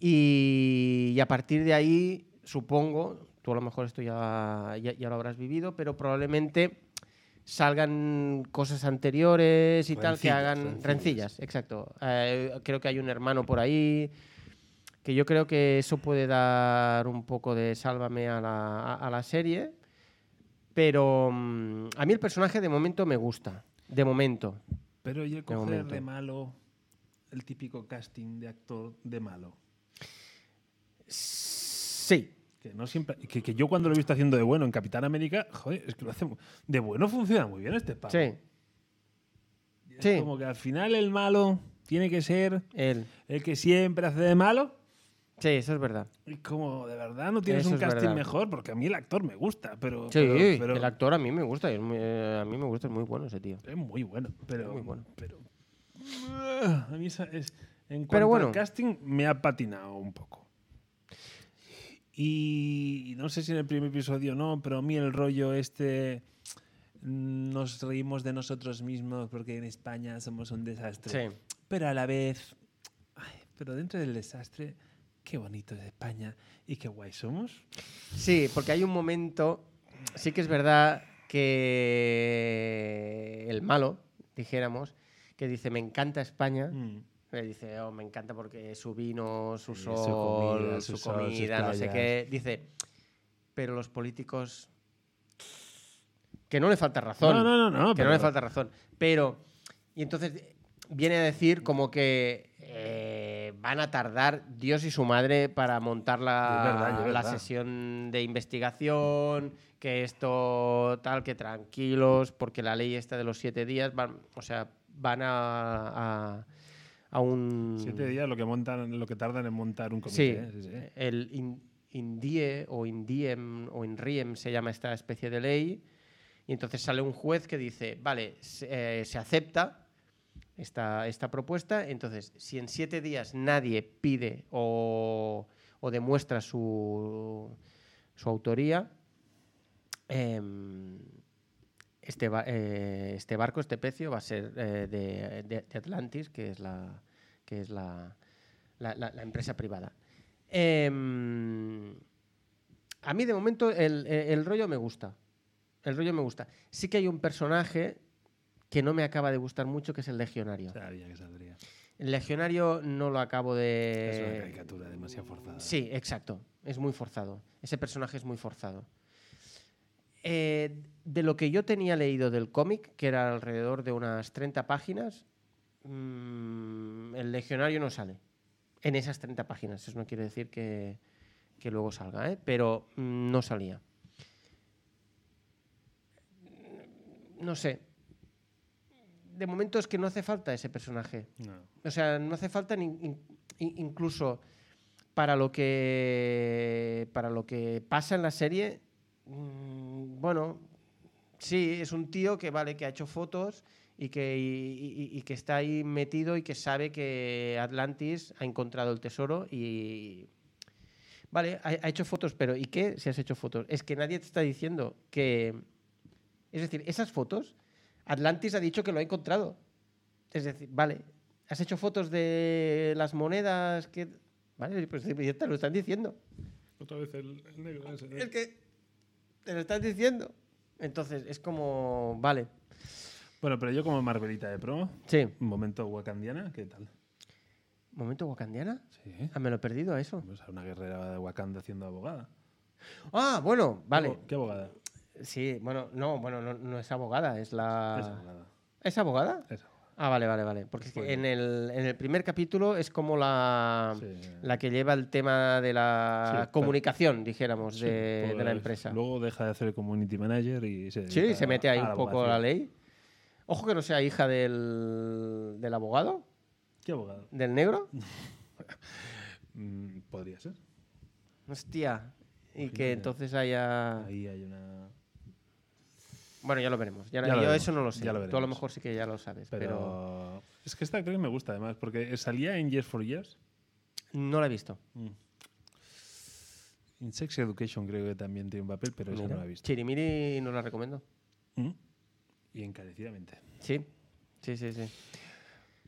[SPEAKER 3] y, y a partir de ahí, supongo, tú a lo mejor esto ya, ya, ya lo habrás vivido, pero probablemente salgan cosas anteriores y tal que
[SPEAKER 2] Rencillas,
[SPEAKER 3] hagan
[SPEAKER 2] rencillas.
[SPEAKER 3] rencillas, exacto. Eh, creo que hay un hermano por ahí que yo creo que eso puede dar un poco de sálvame a la, a- a la serie, pero mm, a mí el personaje de momento me gusta, de momento.
[SPEAKER 2] Pero yo coger
[SPEAKER 3] momento.
[SPEAKER 2] de malo el típico casting de actor de malo.
[SPEAKER 3] Sí,
[SPEAKER 2] Que, no siempre, que, que yo cuando lo he visto haciendo de bueno en Capitán América, joder, es que lo hace. mu- De bueno funciona muy bien este pavo.
[SPEAKER 3] sí,
[SPEAKER 2] Es
[SPEAKER 3] sí.
[SPEAKER 2] Como que al final el malo tiene que ser
[SPEAKER 3] él.
[SPEAKER 2] el que siempre hace de malo.
[SPEAKER 3] Sí, eso es verdad.
[SPEAKER 2] Y como de verdad no tienes
[SPEAKER 3] Eso
[SPEAKER 2] un
[SPEAKER 3] es
[SPEAKER 2] casting
[SPEAKER 3] verdad.
[SPEAKER 2] mejor, porque a mí el actor me gusta, pero,
[SPEAKER 3] Sí,
[SPEAKER 2] pero- pero
[SPEAKER 3] el actor a mí me gusta, es muy- eh, a mí me gusta, es muy bueno ese tío.
[SPEAKER 2] es muy bueno. Pero,
[SPEAKER 3] Muy bueno.
[SPEAKER 2] pero a mí esa es, en cuanto
[SPEAKER 3] Pero
[SPEAKER 2] al
[SPEAKER 3] bueno.
[SPEAKER 2] casting me ha patinado un poco. Y, y no sé si en el primer episodio no, pero a mí el rollo este mm, nos reímos de nosotros mismos porque en España somos un desastre.
[SPEAKER 3] Sí,
[SPEAKER 2] pero a la vez, ay, pero dentro del desastre, qué bonito es España y qué guay somos.
[SPEAKER 3] sí, porque hay un momento, sí que es verdad que el malo, dijéramos, que dice, me encanta España,
[SPEAKER 2] Mm.
[SPEAKER 3] Le dice, oh, me encanta porque su vino, su
[SPEAKER 2] Sí, su
[SPEAKER 3] sol,
[SPEAKER 2] comida,
[SPEAKER 3] su,
[SPEAKER 2] su sol, sus
[SPEAKER 3] comida, no sé
[SPEAKER 2] playas.
[SPEAKER 3] qué. Dice, pero los políticos... Que no le falta razón.
[SPEAKER 2] No, no, no, no.
[SPEAKER 3] que
[SPEAKER 2] pero-
[SPEAKER 3] no le falta razón. Pero... Y entonces eh, viene a decir como que eh, van a tardar Dios y su madre para montar la,
[SPEAKER 2] Es verdad, es
[SPEAKER 3] la
[SPEAKER 2] verdad.
[SPEAKER 3] sesión de investigación, que esto tal, que tranquilos, porque la ley esta de los siete días, van, o sea, van a... a a un...
[SPEAKER 2] Siete días lo que montan, lo que tardan en montar un
[SPEAKER 3] Sí,
[SPEAKER 2] comité. ¿eh? Sí, sí.
[SPEAKER 3] el in- INDIE o INDIEM o INRIEM se llama esta especie de ley. Y entonces sale un juez que dice, vale, se, eh, se acepta esta, esta propuesta, entonces si en siete días nadie pide o, o demuestra su, su autoría, em, este, ba- eh, este barco, este pecio, va a ser eh, de, de- de Atlantis, que es la, que es la, la- la- la empresa privada. Em, a mí de momento el, el- el rollo me gusta. El rollo me gusta. Sí que hay un personaje que no me acaba de gustar mucho, que es el legionario.
[SPEAKER 2] Sabía que saldría.
[SPEAKER 3] El legionario no lo acabo de...
[SPEAKER 2] Es una caricatura demasiado forzada.
[SPEAKER 3] Eh, Sí, exacto. Es muy forzado. Ese personaje es muy forzado. Eh, de lo que yo tenía leído del cómic, que era alrededor de unas 30 páginas, mm, el legionario no sale. En esas 30 páginas. Eso no quiere decir que, que luego salga, ¿eh? pero mm, no salía. No sé. De momento es que no hace falta ese personaje.
[SPEAKER 2] No.
[SPEAKER 3] O sea, no hace falta ni- in- in- incluso para lo que para lo que pasa en la serie. mm, Bueno, Sí, es un tío que vale, que ha hecho fotos y que, y- y- y que está ahí metido y que sabe que Atlantis ha encontrado el tesoro y. Vale, ha, ha hecho fotos, pero ¿y qué si has hecho fotos? Es que nadie te está diciendo que. Es decir, esas fotos, Atlantis ha dicho que lo ha encontrado. Es decir, vale, has hecho fotos de las monedas que. Vale, pues ya te lo están diciendo.
[SPEAKER 5] Otra vez el, el negro ese. ¿no?
[SPEAKER 3] Es que te lo estás diciendo. Entonces, es como, vale.
[SPEAKER 2] Bueno, pero yo como Marvelita de pro,
[SPEAKER 3] Sí.
[SPEAKER 2] un momento wakandiana, ¿qué tal?
[SPEAKER 3] ¿Momento wakandiana?
[SPEAKER 2] Sí.
[SPEAKER 3] Ah, me lo he perdido a eso.
[SPEAKER 2] Vamos a una guerrera de Wakanda haciendo abogada.
[SPEAKER 3] Ah, bueno, vale.
[SPEAKER 2] ¿Qué abogada?
[SPEAKER 3] Sí, bueno, no, bueno, no, no es abogada, es la...
[SPEAKER 2] Es abogada.
[SPEAKER 3] ¿Es abogada?
[SPEAKER 2] Es abogada.
[SPEAKER 3] Ah, vale, vale, vale. Porque es que en, el, en el primer capítulo es como la,
[SPEAKER 2] Sí.
[SPEAKER 3] la que lleva el tema de la
[SPEAKER 2] Sí,
[SPEAKER 3] comunicación, dijéramos,
[SPEAKER 2] Sí,
[SPEAKER 3] de, de la
[SPEAKER 2] pues,
[SPEAKER 3] empresa.
[SPEAKER 2] Luego deja de hacer community manager y se.
[SPEAKER 3] Sí,
[SPEAKER 2] dedica
[SPEAKER 3] se mete ahí
[SPEAKER 2] a
[SPEAKER 3] un poco la
[SPEAKER 2] abogacía.
[SPEAKER 3] ley. Ojo que no sea hija del, del abogado,
[SPEAKER 2] ¿Qué abogado?
[SPEAKER 3] del negro.
[SPEAKER 2] Mm, Podría ser.
[SPEAKER 3] Hostia. Y
[SPEAKER 2] Imagínate.
[SPEAKER 3] que entonces haya...
[SPEAKER 2] Ahí hay una.
[SPEAKER 3] Bueno, ya lo veremos.
[SPEAKER 2] Ya
[SPEAKER 3] Ya-
[SPEAKER 2] lo
[SPEAKER 3] yo
[SPEAKER 2] veremos,
[SPEAKER 3] eso no lo sé.
[SPEAKER 2] ya lo
[SPEAKER 3] Tú a lo
[SPEAKER 2] veremos.
[SPEAKER 3] mejor sí que ya lo sabes,
[SPEAKER 2] Pero.
[SPEAKER 3] pero...
[SPEAKER 2] Es que esta creo que me gusta además, porque salía en Years for Years.
[SPEAKER 3] No la he visto.
[SPEAKER 2] En Sex Education creo que también tiene un papel, pero esa no
[SPEAKER 3] Mira.
[SPEAKER 2] la he visto.
[SPEAKER 3] Chirimiri no la recomiendo.
[SPEAKER 2] Mm. Y encarecidamente.
[SPEAKER 3] Sí, sí, sí, sí.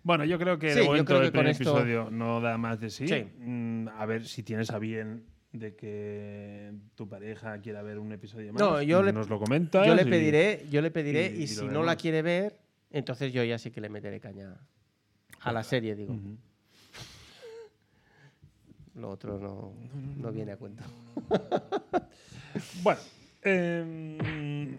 [SPEAKER 2] Bueno, yo creo que
[SPEAKER 3] Sí,
[SPEAKER 2] de
[SPEAKER 3] yo
[SPEAKER 2] momento
[SPEAKER 3] creo
[SPEAKER 2] el
[SPEAKER 3] que con
[SPEAKER 2] primer
[SPEAKER 3] esto-
[SPEAKER 2] episodio no da más de sí.
[SPEAKER 3] Sí.
[SPEAKER 2] Mm, a ver si tienes a bien de que tu pareja quiera ver un episodio más. pues
[SPEAKER 3] No, yo le-
[SPEAKER 2] nos lo comentas.
[SPEAKER 3] Yo le
[SPEAKER 2] y-
[SPEAKER 3] pediré, yo le pediré
[SPEAKER 2] y-
[SPEAKER 3] y,
[SPEAKER 2] y
[SPEAKER 3] si
[SPEAKER 2] lo
[SPEAKER 3] no la
[SPEAKER 2] vemos.
[SPEAKER 3] quiere ver, entonces yo ya sí que le meteré caña a
[SPEAKER 2] Ah.
[SPEAKER 3] la serie, digo.
[SPEAKER 2] Ujú.
[SPEAKER 3] Lo otro no, no viene a cuento.
[SPEAKER 2] Bueno, em,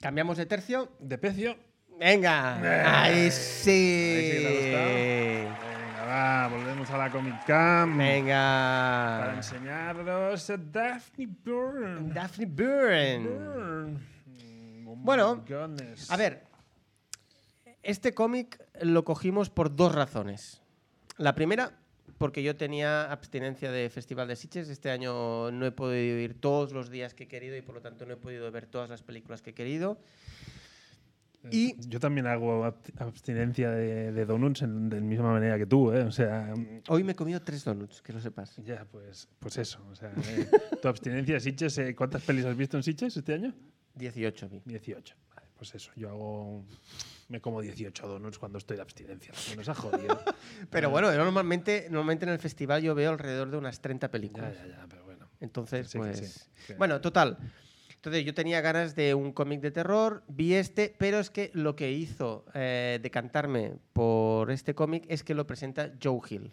[SPEAKER 3] Cambiamos de tercio.
[SPEAKER 2] de precio.
[SPEAKER 3] Venga, ahí
[SPEAKER 2] Eh. Ahí sí que te
[SPEAKER 3] sí.
[SPEAKER 2] Venga, va, volvemos a la Comic Con para
[SPEAKER 3] Venga.
[SPEAKER 2] enseñaros a Daphne Byrne.
[SPEAKER 3] Daphne Byrne.
[SPEAKER 2] Byrne. Mm, oh my
[SPEAKER 3] Bueno,
[SPEAKER 2] goodness.
[SPEAKER 3] A ver, este cómic lo cogimos por dos razones. La primera, porque yo tenía abstinencia de Festival de Sitges. Este año no he podido ir todos los días que he querido y por lo tanto no he podido ver todas las películas que he querido. Y-
[SPEAKER 2] yo también hago ab- abstinencia de, de donuts en- de la misma manera que tú, ¿eh? O sea, mm,
[SPEAKER 3] Hoy me he comido tres donuts, que lo sepas.
[SPEAKER 2] ya, pues, pues eso. O sea, eh, tu abstinencia de Sitges, eh, ¿cuántas pelis has visto en Sitges este año?
[SPEAKER 3] 18 vi.
[SPEAKER 2] 18. Vale, pues eso, yo hago. Me como 18 donuts cuando estoy de abstinencia. que Nos ha jodido.
[SPEAKER 3] Pero bueno, yo normalmente, normalmente en el festival yo veo alrededor de unas 30
[SPEAKER 2] ya,
[SPEAKER 3] películas.
[SPEAKER 2] ya, ya, pero bueno.
[SPEAKER 3] Entonces,
[SPEAKER 2] Sí, que
[SPEAKER 3] pues.
[SPEAKER 2] sí, que-
[SPEAKER 3] Bueno, total. Entonces, yo tenía ganas de un cómic de terror, vi este, pero es que lo que hizo eh, decantarme por este cómic es que lo presenta Joe Hill.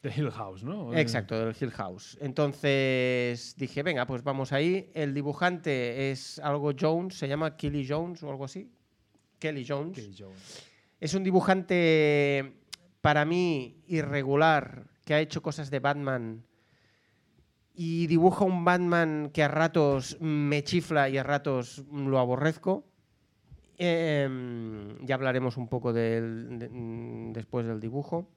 [SPEAKER 2] The Hill House, ¿no? Eh,
[SPEAKER 3] Exacto, del Hill House. Entonces dije, venga, pues vamos ahí. El dibujante es algo Jones, se llama Kelly Jones o algo así. Kelly Jones.
[SPEAKER 2] Kelly Jones.
[SPEAKER 3] Es un dibujante para mí irregular que ha hecho cosas de Batman y dibuja un Batman que a ratos me chifla y a ratos lo aborrezco. Em, ya hablaremos un poco del- de- mm, después del dibujo.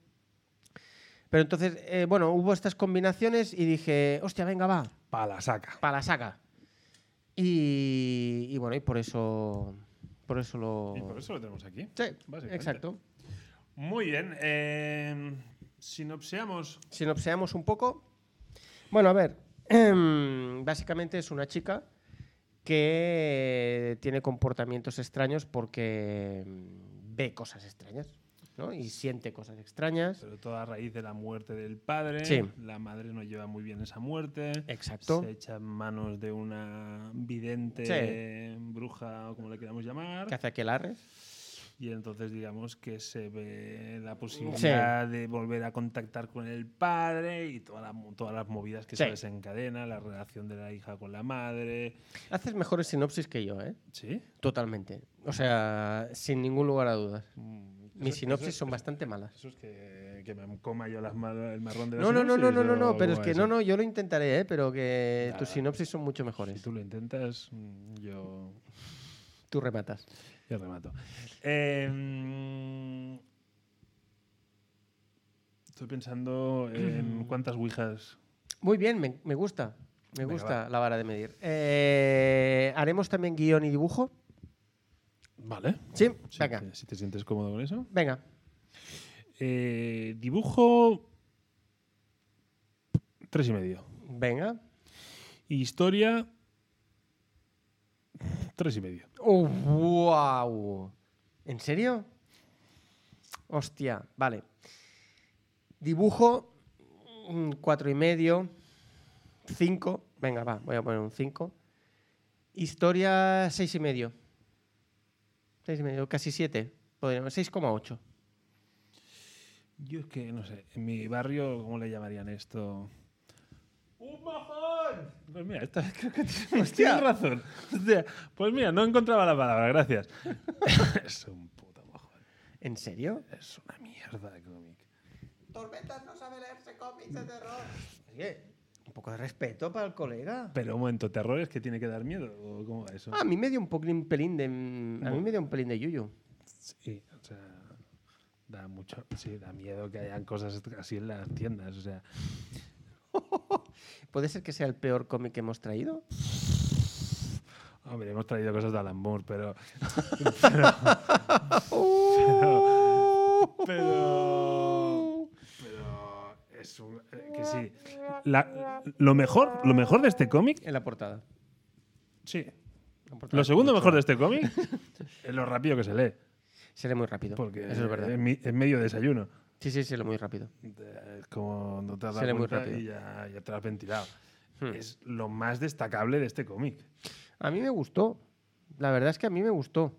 [SPEAKER 3] Pero entonces, eh, bueno, hubo estas combinaciones y dije, hostia, venga, va,
[SPEAKER 2] Pa' la saca.
[SPEAKER 3] para la saga. Y, y bueno, y por eso, por eso lo...
[SPEAKER 2] Y por eso lo tenemos aquí.
[SPEAKER 3] Sí,
[SPEAKER 2] Básicamente.
[SPEAKER 3] exacto.
[SPEAKER 2] Muy bien. eh, sinopseamos.
[SPEAKER 3] Sinopseamos un poco. Bueno, a ver. em, básicamente es una chica que tiene comportamientos extraños porque mm, ve cosas extrañas ¿no? y siente cosas extrañas.
[SPEAKER 2] Pero todo a raíz de la muerte del padre.
[SPEAKER 3] Sí.
[SPEAKER 2] La madre no lleva muy bien esa muerte.
[SPEAKER 3] Exacto.
[SPEAKER 2] Se echa en manos de una vidente
[SPEAKER 3] Sí.
[SPEAKER 2] bruja, o como le queramos llamar.
[SPEAKER 3] Que hace aquelarres.
[SPEAKER 2] Y entonces digamos que se ve la posibilidad de volver a contactar con el padre y toda la mo- todas las movidas que
[SPEAKER 3] Sí.
[SPEAKER 2] se desencadenan, la relación de la hija con la madre.
[SPEAKER 3] Haces mejores sinopsis que yo, ¿eh?
[SPEAKER 2] ¿Sí?
[SPEAKER 3] Totalmente. O sea, sin ningún lugar a dudas.
[SPEAKER 2] Mm,
[SPEAKER 3] Mis
[SPEAKER 2] eso-
[SPEAKER 3] sinopsis
[SPEAKER 2] eso-
[SPEAKER 3] son bastante malas.
[SPEAKER 2] Eso es que, que me coma yo las mar- el marrón de la
[SPEAKER 3] No, no, no, no,
[SPEAKER 2] sinopsis
[SPEAKER 3] no, no,
[SPEAKER 2] o
[SPEAKER 3] no, pero es
[SPEAKER 2] cómo
[SPEAKER 3] que
[SPEAKER 2] eso?
[SPEAKER 3] no, no, yo lo intentaré, ¿eh? pero que tus
[SPEAKER 2] Nada.
[SPEAKER 3] sinopsis son mucho mejores.
[SPEAKER 2] Si tú lo intentas, mm, yo,
[SPEAKER 3] Tú rematas.
[SPEAKER 2] yo remato. Em, estoy pensando en cuántas ouijas
[SPEAKER 3] Muy bien, me, me gusta. Me
[SPEAKER 2] Venga,
[SPEAKER 3] gusta la vara de medir. Eh, ¿Haremos también guión y dibujo?
[SPEAKER 2] Vale.
[SPEAKER 3] Sí,
[SPEAKER 2] Si
[SPEAKER 3] venga.
[SPEAKER 2] te- si te sientes cómodo con eso.
[SPEAKER 3] Venga.
[SPEAKER 2] Eh, dibujo. Tres y medio.
[SPEAKER 3] Venga.
[SPEAKER 2] Historia. Tres y medio.
[SPEAKER 3] Oh, wow. ¿En serio? Hostia, vale. Dibujo, mm, cuatro y medio, cinco. Venga, va, voy a poner un cinco. Historia, seis y medio. Seis y medio, casi siete. Podríamos, 6,8.
[SPEAKER 2] Yo es que, no sé, en mi barrio, ¿cómo le llamarían esto? ¡Un majón! Pues mira, esta, creo que tienes, tienes razón. Hostia, pues mira, no encontraba la palabra, gracias. es un puto mojón.
[SPEAKER 3] ¿En serio?
[SPEAKER 2] Es una mierda de cómic.
[SPEAKER 4] Tormentas no sabe leerse cómics de terror.
[SPEAKER 3] Oye, un poco de respeto para el colega.
[SPEAKER 2] Pero un momento, ¿terror es que tiene que dar miedo? ¿O ¿Cómo va eso?
[SPEAKER 3] Ah, a mí me dio un, poco- un pelín de. A mí me dio un pelín de yuyu.
[SPEAKER 2] Sí, o sea, da mucho, sí, da miedo que hayan cosas así en las tiendas, o sea,
[SPEAKER 3] ¿Puede ser que sea el peor cómic que hemos traído?
[SPEAKER 2] hombre, hemos traído cosas de Alan Moore, pero,
[SPEAKER 3] ¡Oh!
[SPEAKER 2] pero, pero es un- eh, que sí, La- lo mejor, lo mejor de este cómic,
[SPEAKER 3] En la portada.
[SPEAKER 2] sí,
[SPEAKER 3] La portada
[SPEAKER 2] lo
[SPEAKER 3] es
[SPEAKER 2] segundo
[SPEAKER 3] muy
[SPEAKER 2] mejor
[SPEAKER 3] chula.
[SPEAKER 2] de este cómic es lo rápido que se lee,
[SPEAKER 3] Seré muy rápido.
[SPEAKER 2] porque eh,
[SPEAKER 3] Eso es verdad.
[SPEAKER 2] mi- es medio desayuno.
[SPEAKER 3] Sí, sí, seré muy rápido.
[SPEAKER 2] Eh, Es como no te has
[SPEAKER 3] Se lee
[SPEAKER 2] dado
[SPEAKER 3] muy
[SPEAKER 2] cuenta
[SPEAKER 3] rápido.
[SPEAKER 2] y ya, ya te lo has ventilado.
[SPEAKER 3] Hmm.
[SPEAKER 2] Es lo más destacable de este cómic.
[SPEAKER 3] A mí me gustó. La verdad es que a mí me gustó.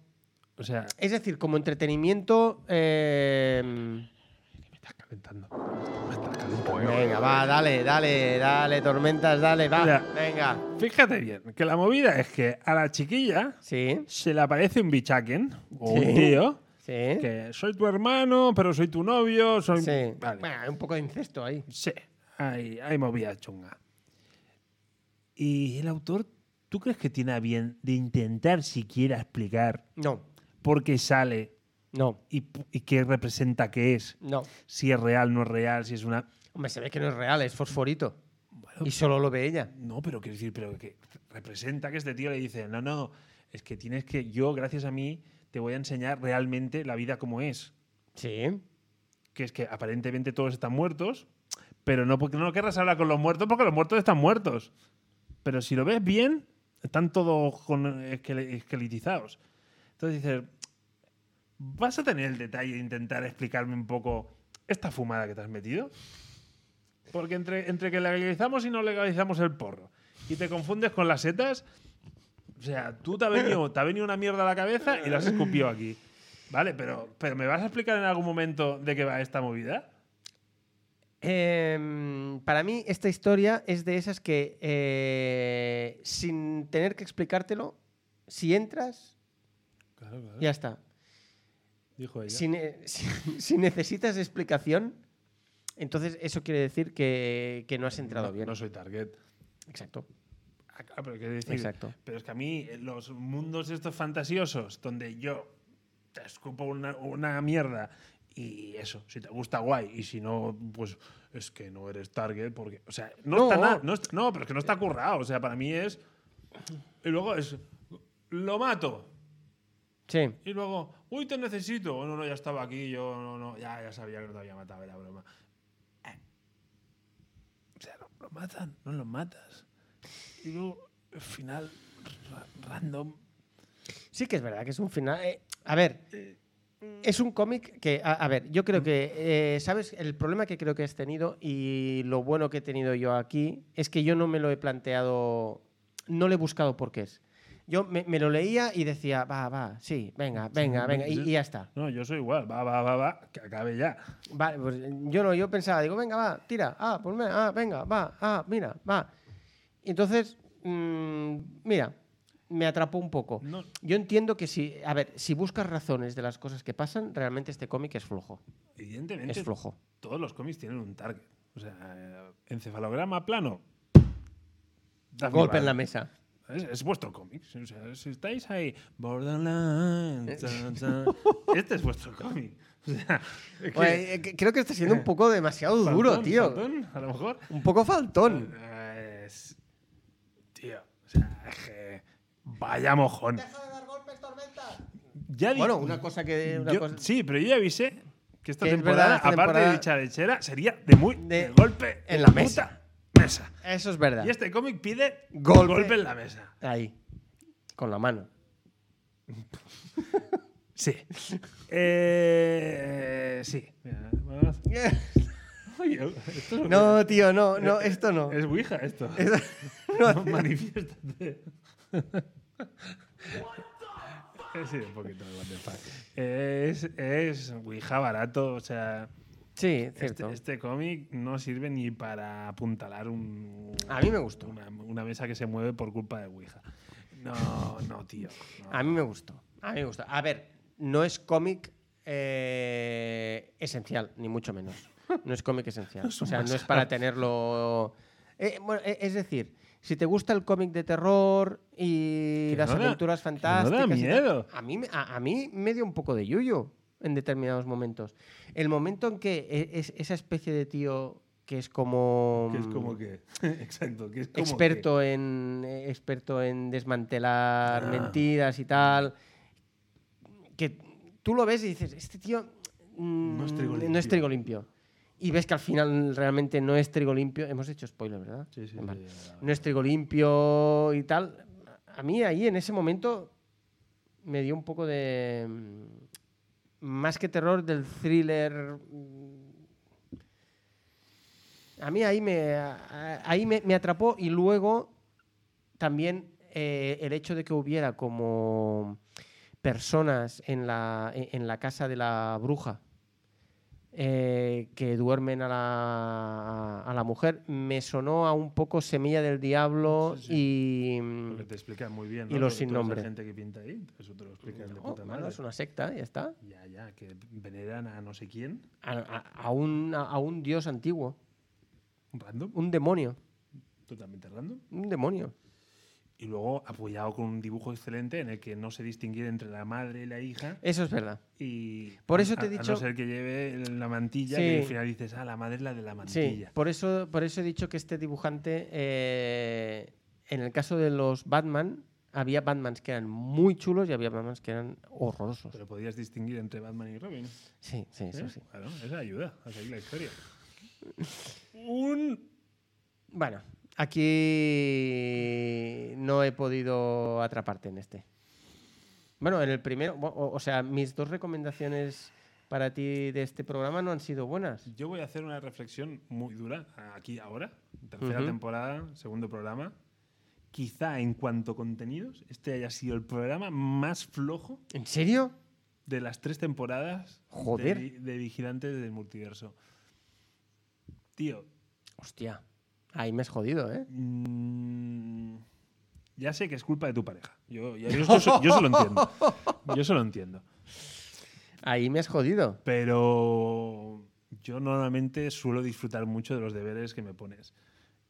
[SPEAKER 2] O sea,
[SPEAKER 3] Es decir, como entretenimiento. eh,
[SPEAKER 2] me estás calentando. Me estás calentando.
[SPEAKER 3] Venga, va, dale, dale, dale, tormentas, dale, va.
[SPEAKER 2] Mira.
[SPEAKER 3] Venga.
[SPEAKER 2] Fíjate bien, que la movida es que a la chiquilla
[SPEAKER 3] Sí,
[SPEAKER 2] se le aparece un bichaquen o
[SPEAKER 3] Sí.
[SPEAKER 2] un tío
[SPEAKER 3] sí.
[SPEAKER 2] que soy tu hermano, pero soy tu novio, soy...
[SPEAKER 3] ¿Eh? Sí.
[SPEAKER 2] Vale.
[SPEAKER 3] Bueno, hay un poco de incesto ahí.
[SPEAKER 2] Sí, hay, hay movida chunga. Y el autor, ¿tú crees que tiene a bien de intentar siquiera explicar
[SPEAKER 3] No,
[SPEAKER 2] por qué sale
[SPEAKER 3] no,
[SPEAKER 2] y, p- y qué representa que es?
[SPEAKER 3] no.
[SPEAKER 2] Si es real, no es real, si es una...
[SPEAKER 3] Hombre, se ve que no es real, es fosforito.
[SPEAKER 2] Bueno,
[SPEAKER 3] Y solo lo ve ella.
[SPEAKER 2] No, pero quiero decir, pero que representa que este tío le dice, no, no, es que tienes que, yo gracias a mí te voy a enseñar realmente la vida como es.
[SPEAKER 3] Sí.
[SPEAKER 2] Que es que aparentemente todos están muertos, pero no porque no querrás hablar con los muertos porque los muertos están muertos. Pero si lo ves bien, están todos con esquele- esqueletizados. Entonces dices, ¿vas a tener el detalle de intentar explicarme un poco esta fumada que te has metido? Porque entre, entre que legalizamos y no legalizamos el porro y te confundes con las setas, o sea, tú te ha venido, te ha venido una mierda a la cabeza y la has escupido aquí. Vale, pero, pero ¿me vas a explicar en algún momento de qué va esta movida?
[SPEAKER 3] Em, para mí, esta historia es de esas que, eh, sin tener que explicártelo, si entras,
[SPEAKER 2] Claro, claro.
[SPEAKER 3] ya está.
[SPEAKER 2] Dijo Ah. ella.
[SPEAKER 3] Si, ne- si- si necesitas explicación, entonces eso quiere decir que, que no has entrado
[SPEAKER 2] no,
[SPEAKER 3] bien.
[SPEAKER 2] no soy target.
[SPEAKER 3] Exacto.
[SPEAKER 2] Ah, claro, pero quiero decir,
[SPEAKER 3] Exacto.
[SPEAKER 2] Pero es que a mí eh, los mundos estos fantasiosos donde yo te escupo una, una mierda y eso, si te gusta guay y si no, pues es que no eres target porque, o sea, no,
[SPEAKER 3] No.
[SPEAKER 2] está nada, no, está- no, pero es que no está currado, o sea, para mí es y luego es lo mato
[SPEAKER 3] Sí.
[SPEAKER 2] y luego, uy, te necesito, Oh, no, no, ya estaba aquí, yo no, no, ya, ya sabía que no te había matado, era broma. Eh. O sea, lo, lo matan, no lo matas. Y luego, el final, ra- random.
[SPEAKER 3] Sí que es verdad que es un final... eh, a ver, es un cómic que, a, a ver, yo creo que, eh, ¿sabes? El problema que creo que has tenido y lo bueno que he tenido yo aquí es que yo no me lo he planteado, no le he buscado por qué es. Yo me, me lo leía y decía, va, va, sí, venga, venga,
[SPEAKER 2] no,
[SPEAKER 3] venga, y,
[SPEAKER 2] sí.
[SPEAKER 3] y ya está.
[SPEAKER 2] No, yo soy igual, va, va, va, va, que acabe ya.
[SPEAKER 3] Vale, pues yo no, yo pensaba, digo, venga, va, tira, ah, pues me- ah, venga, va, ah, mira, va. Y entonces, mm, mira, me atrapó un poco.
[SPEAKER 2] No,
[SPEAKER 3] Yo entiendo que si, a ver, si buscas razones de las cosas que pasan, realmente este cómic es flojo.
[SPEAKER 2] evidentemente,
[SPEAKER 3] Es flojo.
[SPEAKER 2] todos los cómics tienen un target. O sea, eh, encefalograma plano. dadme
[SPEAKER 3] Golpe en
[SPEAKER 2] bala.
[SPEAKER 3] la mesa.
[SPEAKER 2] Es, es vuestro cómic. O sea, si estáis ahí,
[SPEAKER 3] Eh.
[SPEAKER 2] Borderlands. tan, tan, este es vuestro cómic. O sea, es que-
[SPEAKER 3] Oye, eh, que- creo que está siendo un poco demasiado
[SPEAKER 2] Faltón,
[SPEAKER 3] duro, tío.
[SPEAKER 2] Faltón, a lo mejor.
[SPEAKER 3] Un poco faltón.
[SPEAKER 2] Eh, es- tío. O sea, es que vaya mojón.
[SPEAKER 4] Deja de dar golpes, tormenta.
[SPEAKER 2] Ya di-
[SPEAKER 3] Bueno, una cosa que. una
[SPEAKER 2] yo-
[SPEAKER 3] cosa-
[SPEAKER 2] Sí, pero yo ya avisé que esta
[SPEAKER 3] Que es
[SPEAKER 2] temporada,
[SPEAKER 3] verdad, esta
[SPEAKER 2] aparte
[SPEAKER 3] temporada-
[SPEAKER 2] de dicha lechera, sería de muy
[SPEAKER 3] De-
[SPEAKER 2] de golpe
[SPEAKER 3] en
[SPEAKER 2] de
[SPEAKER 3] la
[SPEAKER 2] puta
[SPEAKER 3] mesa.
[SPEAKER 2] mesa.
[SPEAKER 3] Eso es verdad.
[SPEAKER 2] Y este cómic pide
[SPEAKER 3] Golpe.
[SPEAKER 2] golpe. en la mesa.
[SPEAKER 3] Ahí. Con la mano.
[SPEAKER 2] Sí. eh, sí. Mira, vamos. Oye, esto es-
[SPEAKER 3] No, tío, no, no, esto no.
[SPEAKER 2] Es Ouija esto.
[SPEAKER 3] No,
[SPEAKER 2] Manifiéstate. sí, un poquito de what the fuck. Eh, Es, es Ouija barato, o sea,
[SPEAKER 3] Sí,
[SPEAKER 2] este,
[SPEAKER 3] cierto.
[SPEAKER 2] este cómic no sirve ni para apuntalar un,
[SPEAKER 3] A mí me gustó.
[SPEAKER 2] una, una mesa que se mueve por culpa de Ouija. No, no, tío. no.
[SPEAKER 3] A mí me gustó. A mí me gustó. A ver, no es cómic eh, esencial, ni mucho menos. No es cómic esencial. o sea, no es para tenerlo. Eh, bueno, eh, es decir, si te gusta el cómic de terror y
[SPEAKER 2] Que
[SPEAKER 3] las
[SPEAKER 2] no da-
[SPEAKER 3] aventuras
[SPEAKER 2] que no da
[SPEAKER 3] fantásticas. y tal,
[SPEAKER 2] miedo.
[SPEAKER 3] a, mí, me- a, a mí me dio un poco de yuyo en determinados momentos. El momento en que e- es, esa especie de tío que es como.
[SPEAKER 2] Que es como que. Exacto, que es como.
[SPEAKER 3] experto en eh, experto en desmantelar
[SPEAKER 2] Ah.
[SPEAKER 3] mentiras y tal que tú lo ves y dices este tío mm,
[SPEAKER 2] No es trigo
[SPEAKER 3] no es
[SPEAKER 2] limpio".
[SPEAKER 3] trigo limpio. y ves que al final realmente no es trigo limpio hemos hecho spoiler verdad
[SPEAKER 2] que- Sí, sí,
[SPEAKER 3] Vale.
[SPEAKER 2] sí,
[SPEAKER 3] no es trigo limpio y tal a mí ahí en ese momento me dio un poco de mm, más que terror del thriller mm, a mí ahí me, a- ahí me, me atrapó y luego también eh, el hecho de que hubiera como personas en la, en en la casa de la bruja eh, que duermen a la, a la mujer me sonó a un poco Semilla del Diablo
[SPEAKER 2] Sí,
[SPEAKER 3] y...
[SPEAKER 2] Porque te explican muy bien.
[SPEAKER 3] Y
[SPEAKER 2] ¿no?
[SPEAKER 3] los
[SPEAKER 2] Porque
[SPEAKER 3] sin
[SPEAKER 2] toda esa
[SPEAKER 3] nombre.
[SPEAKER 2] gente que pinta ahí, eso te lo explican de
[SPEAKER 3] No,
[SPEAKER 2] puta
[SPEAKER 3] oh, bueno,
[SPEAKER 2] madre.
[SPEAKER 3] es una secta, ya está.
[SPEAKER 2] Ya, ya, que veneran a no sé quién,
[SPEAKER 3] A, a- a un, a- a un dios antiguo,
[SPEAKER 2] random,
[SPEAKER 3] un demonio,
[SPEAKER 2] totalmente random.
[SPEAKER 3] un demonio.
[SPEAKER 2] Y luego apoyado con un dibujo excelente en el que no se distinguía entre la madre y la hija.
[SPEAKER 3] Eso es verdad.
[SPEAKER 2] Y
[SPEAKER 3] Por
[SPEAKER 2] a-
[SPEAKER 3] eso te he
[SPEAKER 2] a-
[SPEAKER 3] dicho-
[SPEAKER 2] A no ser que lleve la mantilla,
[SPEAKER 3] Sí.
[SPEAKER 2] que al final dices, ah, la madre es la de la
[SPEAKER 3] Sí,
[SPEAKER 2] mantilla.
[SPEAKER 3] por eso, por eso he dicho que este dibujante, eh, en el caso de los Batman, había Batmans que eran muy chulos y había Batmans que eran horrorosos.
[SPEAKER 2] Pero podías distinguir entre Batman y Robin.
[SPEAKER 3] Sí, sí, eso
[SPEAKER 2] ¿eh?
[SPEAKER 3] sí.
[SPEAKER 2] Claro, esa ayuda a seguir la historia. un.
[SPEAKER 3] Bueno, aquí no he podido atraparte en este. Bueno, en el primero, bo- o, o sea, mis dos recomendaciones para ti de este programa no han sido buenas.
[SPEAKER 2] Yo voy a hacer una reflexión muy dura ah, aquí ahora, tercera
[SPEAKER 3] Ujú.
[SPEAKER 2] temporada, segundo programa. Quizá en cuanto a contenidos, este haya sido el programa más flojo
[SPEAKER 3] ¿En serio?
[SPEAKER 2] de las tres temporadas de
[SPEAKER 3] Joder.
[SPEAKER 2] Vi- De, Vigilantes del Multiverso. Tío,
[SPEAKER 3] Hostia, ahí me has jodido, ¿eh?
[SPEAKER 2] mm, ya sé que es culpa de tu pareja. Yo, yo, yo eso- yo eso lo entiendo. Yo eso lo entiendo.
[SPEAKER 3] Ahí me has jodido.
[SPEAKER 2] Pero yo normalmente suelo disfrutar mucho de los deberes que me pones.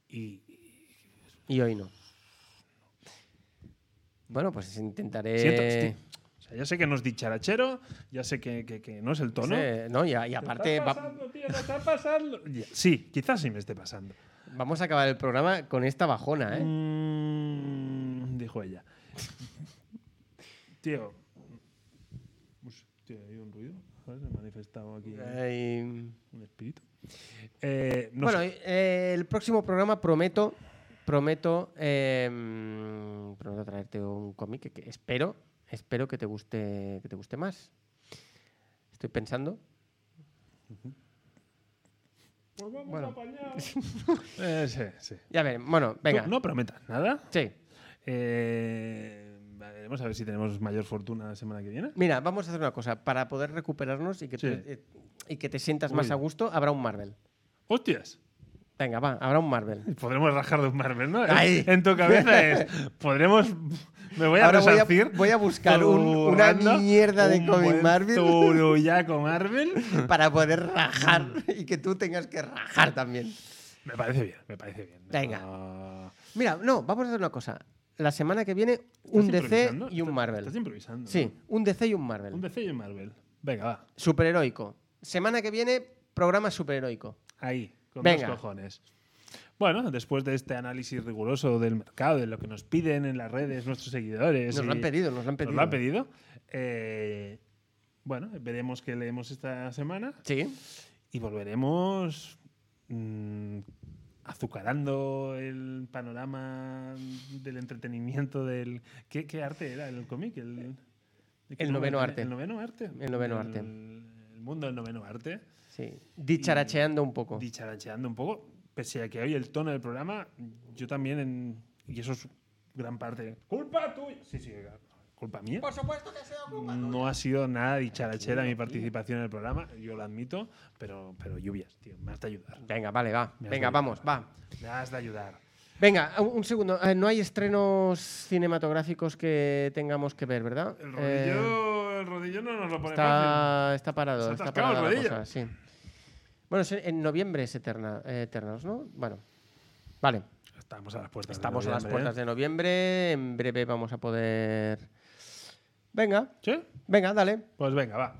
[SPEAKER 2] Y,
[SPEAKER 3] Y hoy no. Bueno, pues intentaré.
[SPEAKER 2] Siento, estoy- Eh, o sea, ya sé que no es dicharachero, ya sé que, que- que no es el
[SPEAKER 3] no
[SPEAKER 2] tono.
[SPEAKER 3] sé, no, y, a- y aparte va-
[SPEAKER 2] Ya, Sí, quizás sí me esté pasando.
[SPEAKER 3] vamos a acabar el programa con esta bajona, ¿eh?
[SPEAKER 2] Mm, dijo ella. tío. Ups, tío, ¿hay un ruido? A ver, se ha manifestado aquí
[SPEAKER 3] Ay,
[SPEAKER 2] un espíritu. Eh, no
[SPEAKER 3] Eh. bueno,
[SPEAKER 2] sé.
[SPEAKER 3] eh, el próximo programa prometo, prometo, eh, mm, prometo traerte un cómic que, que espero, espero que te guste, que te guste más. Estoy pensando.
[SPEAKER 5] Pues vamos
[SPEAKER 3] Bueno.
[SPEAKER 5] a apañar.
[SPEAKER 2] Eh, sí, sí.
[SPEAKER 3] Ya ver, bueno, venga.
[SPEAKER 2] Tú No prometas nada.
[SPEAKER 3] Sí.
[SPEAKER 2] Eh, vale, vamos a ver si tenemos mayor fortuna la semana que viene.
[SPEAKER 3] Mira, vamos a hacer una cosa. Para poder recuperarnos y que,
[SPEAKER 2] Sí.
[SPEAKER 3] te, eh, y que te sientas más
[SPEAKER 2] Uy.
[SPEAKER 3] a gusto, habrá un Marvel.
[SPEAKER 2] ¡Hostias!
[SPEAKER 3] Venga, va, habrá un Marvel.
[SPEAKER 2] Podremos rajar de un Marvel, ¿no?
[SPEAKER 3] Ahí.
[SPEAKER 2] En tu cabeza es. Podremos. Me voy a
[SPEAKER 3] Ahora voy a,
[SPEAKER 2] resarcir
[SPEAKER 3] voy a buscar
[SPEAKER 2] tu
[SPEAKER 3] un- una
[SPEAKER 2] rando,
[SPEAKER 3] mierda de
[SPEAKER 2] un
[SPEAKER 3] cómic
[SPEAKER 2] buen
[SPEAKER 3] Marvel
[SPEAKER 2] Turullaco Marvel.
[SPEAKER 3] para poder rajar y que tú tengas que rajar también.
[SPEAKER 2] Me parece bien, me parece bien.
[SPEAKER 3] Venga.
[SPEAKER 2] Ah,
[SPEAKER 3] Mira, no, vamos a hacer una cosa. La semana que viene, un
[SPEAKER 2] ¿estás
[SPEAKER 3] DC
[SPEAKER 2] improvisando?
[SPEAKER 3] y un
[SPEAKER 2] Estás-
[SPEAKER 3] Marvel.
[SPEAKER 2] Estás improvisando.
[SPEAKER 3] Sí, un DC y un Marvel.
[SPEAKER 2] ¿no? Un DC y un Marvel. Venga, va.
[SPEAKER 3] Superheroico. Semana que viene, programa superheroico.
[SPEAKER 2] Ahí, con
[SPEAKER 3] Venga.
[SPEAKER 2] dos cojones. Bueno, después de este análisis riguroso del mercado, de lo que nos piden en las redes nuestros seguidores.
[SPEAKER 3] Nos lo
[SPEAKER 2] y-
[SPEAKER 3] han pedido, nos lo han pedido.
[SPEAKER 2] Eh, Nos lo han pedido. Eh, bueno, veremos qué leemos esta semana
[SPEAKER 3] Sí.
[SPEAKER 2] y volveremos mm, azucarando el panorama del entretenimiento del... ¿Qué, qué arte era el cómic? El, ¿de qué
[SPEAKER 3] El
[SPEAKER 2] nombre
[SPEAKER 3] noveno
[SPEAKER 2] tenía?
[SPEAKER 3] arte.
[SPEAKER 2] El noveno arte.
[SPEAKER 3] El noveno arte.
[SPEAKER 2] El mundo del noveno arte.
[SPEAKER 3] Sí. Dicharacheando un poco.
[SPEAKER 2] Dicharacheando un poco, pese a que hoy el tono del programa, yo también, en- y eso es gran parte... ¡Culpa tuya! Sí, sí, culpa mía.
[SPEAKER 4] Por supuesto que sea culpa tuya.
[SPEAKER 2] No ha sido nada dicharachera mi participación en el programa, yo lo admito, pero, pero lluvias, tío, me has de ayudar.
[SPEAKER 3] Venga, vale, va.
[SPEAKER 2] Me has
[SPEAKER 3] Venga,
[SPEAKER 2] ayudado.
[SPEAKER 3] vamos, va.
[SPEAKER 2] Me has de ayudar.
[SPEAKER 3] Venga, un un segundo. Eh, no hay estrenos cinematográficos que tengamos que ver, ¿verdad?
[SPEAKER 2] El
[SPEAKER 3] Eh,
[SPEAKER 2] rodillo, el rodillo no nos lo pone fácil.
[SPEAKER 3] Está, está parado,
[SPEAKER 2] Se ha
[SPEAKER 3] está
[SPEAKER 2] atascado el
[SPEAKER 3] parada la
[SPEAKER 2] rodillo.
[SPEAKER 3] cosa, sí. Bueno, es en en noviembre es Eterna, eh, Eternals, ¿no? Bueno, vale.
[SPEAKER 2] Estamos a las puertas. de
[SPEAKER 3] Estamos a las
[SPEAKER 2] noviembre,
[SPEAKER 3] puertas de noviembre. En breve vamos a poder. Venga,
[SPEAKER 2] ¿eh? ¿Sí?
[SPEAKER 3] venga, dale.
[SPEAKER 2] Pues venga, va.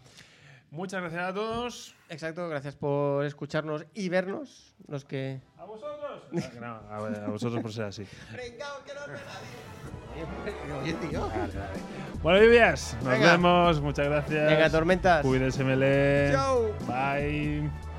[SPEAKER 2] Muchas gracias a todos.
[SPEAKER 3] Exacto, gracias por escucharnos y vernos. Los que.
[SPEAKER 2] ¿A vosotros? a, a vosotros por ser así.
[SPEAKER 4] Pringaos, que no os ve nadie.
[SPEAKER 3] Oye, tío.
[SPEAKER 2] Bueno, lluvias, nos
[SPEAKER 3] Venga.
[SPEAKER 2] vemos. Muchas gracias.
[SPEAKER 3] Venga, tormentas.
[SPEAKER 2] Cuídense, Mele.
[SPEAKER 3] Chao.
[SPEAKER 2] Bye.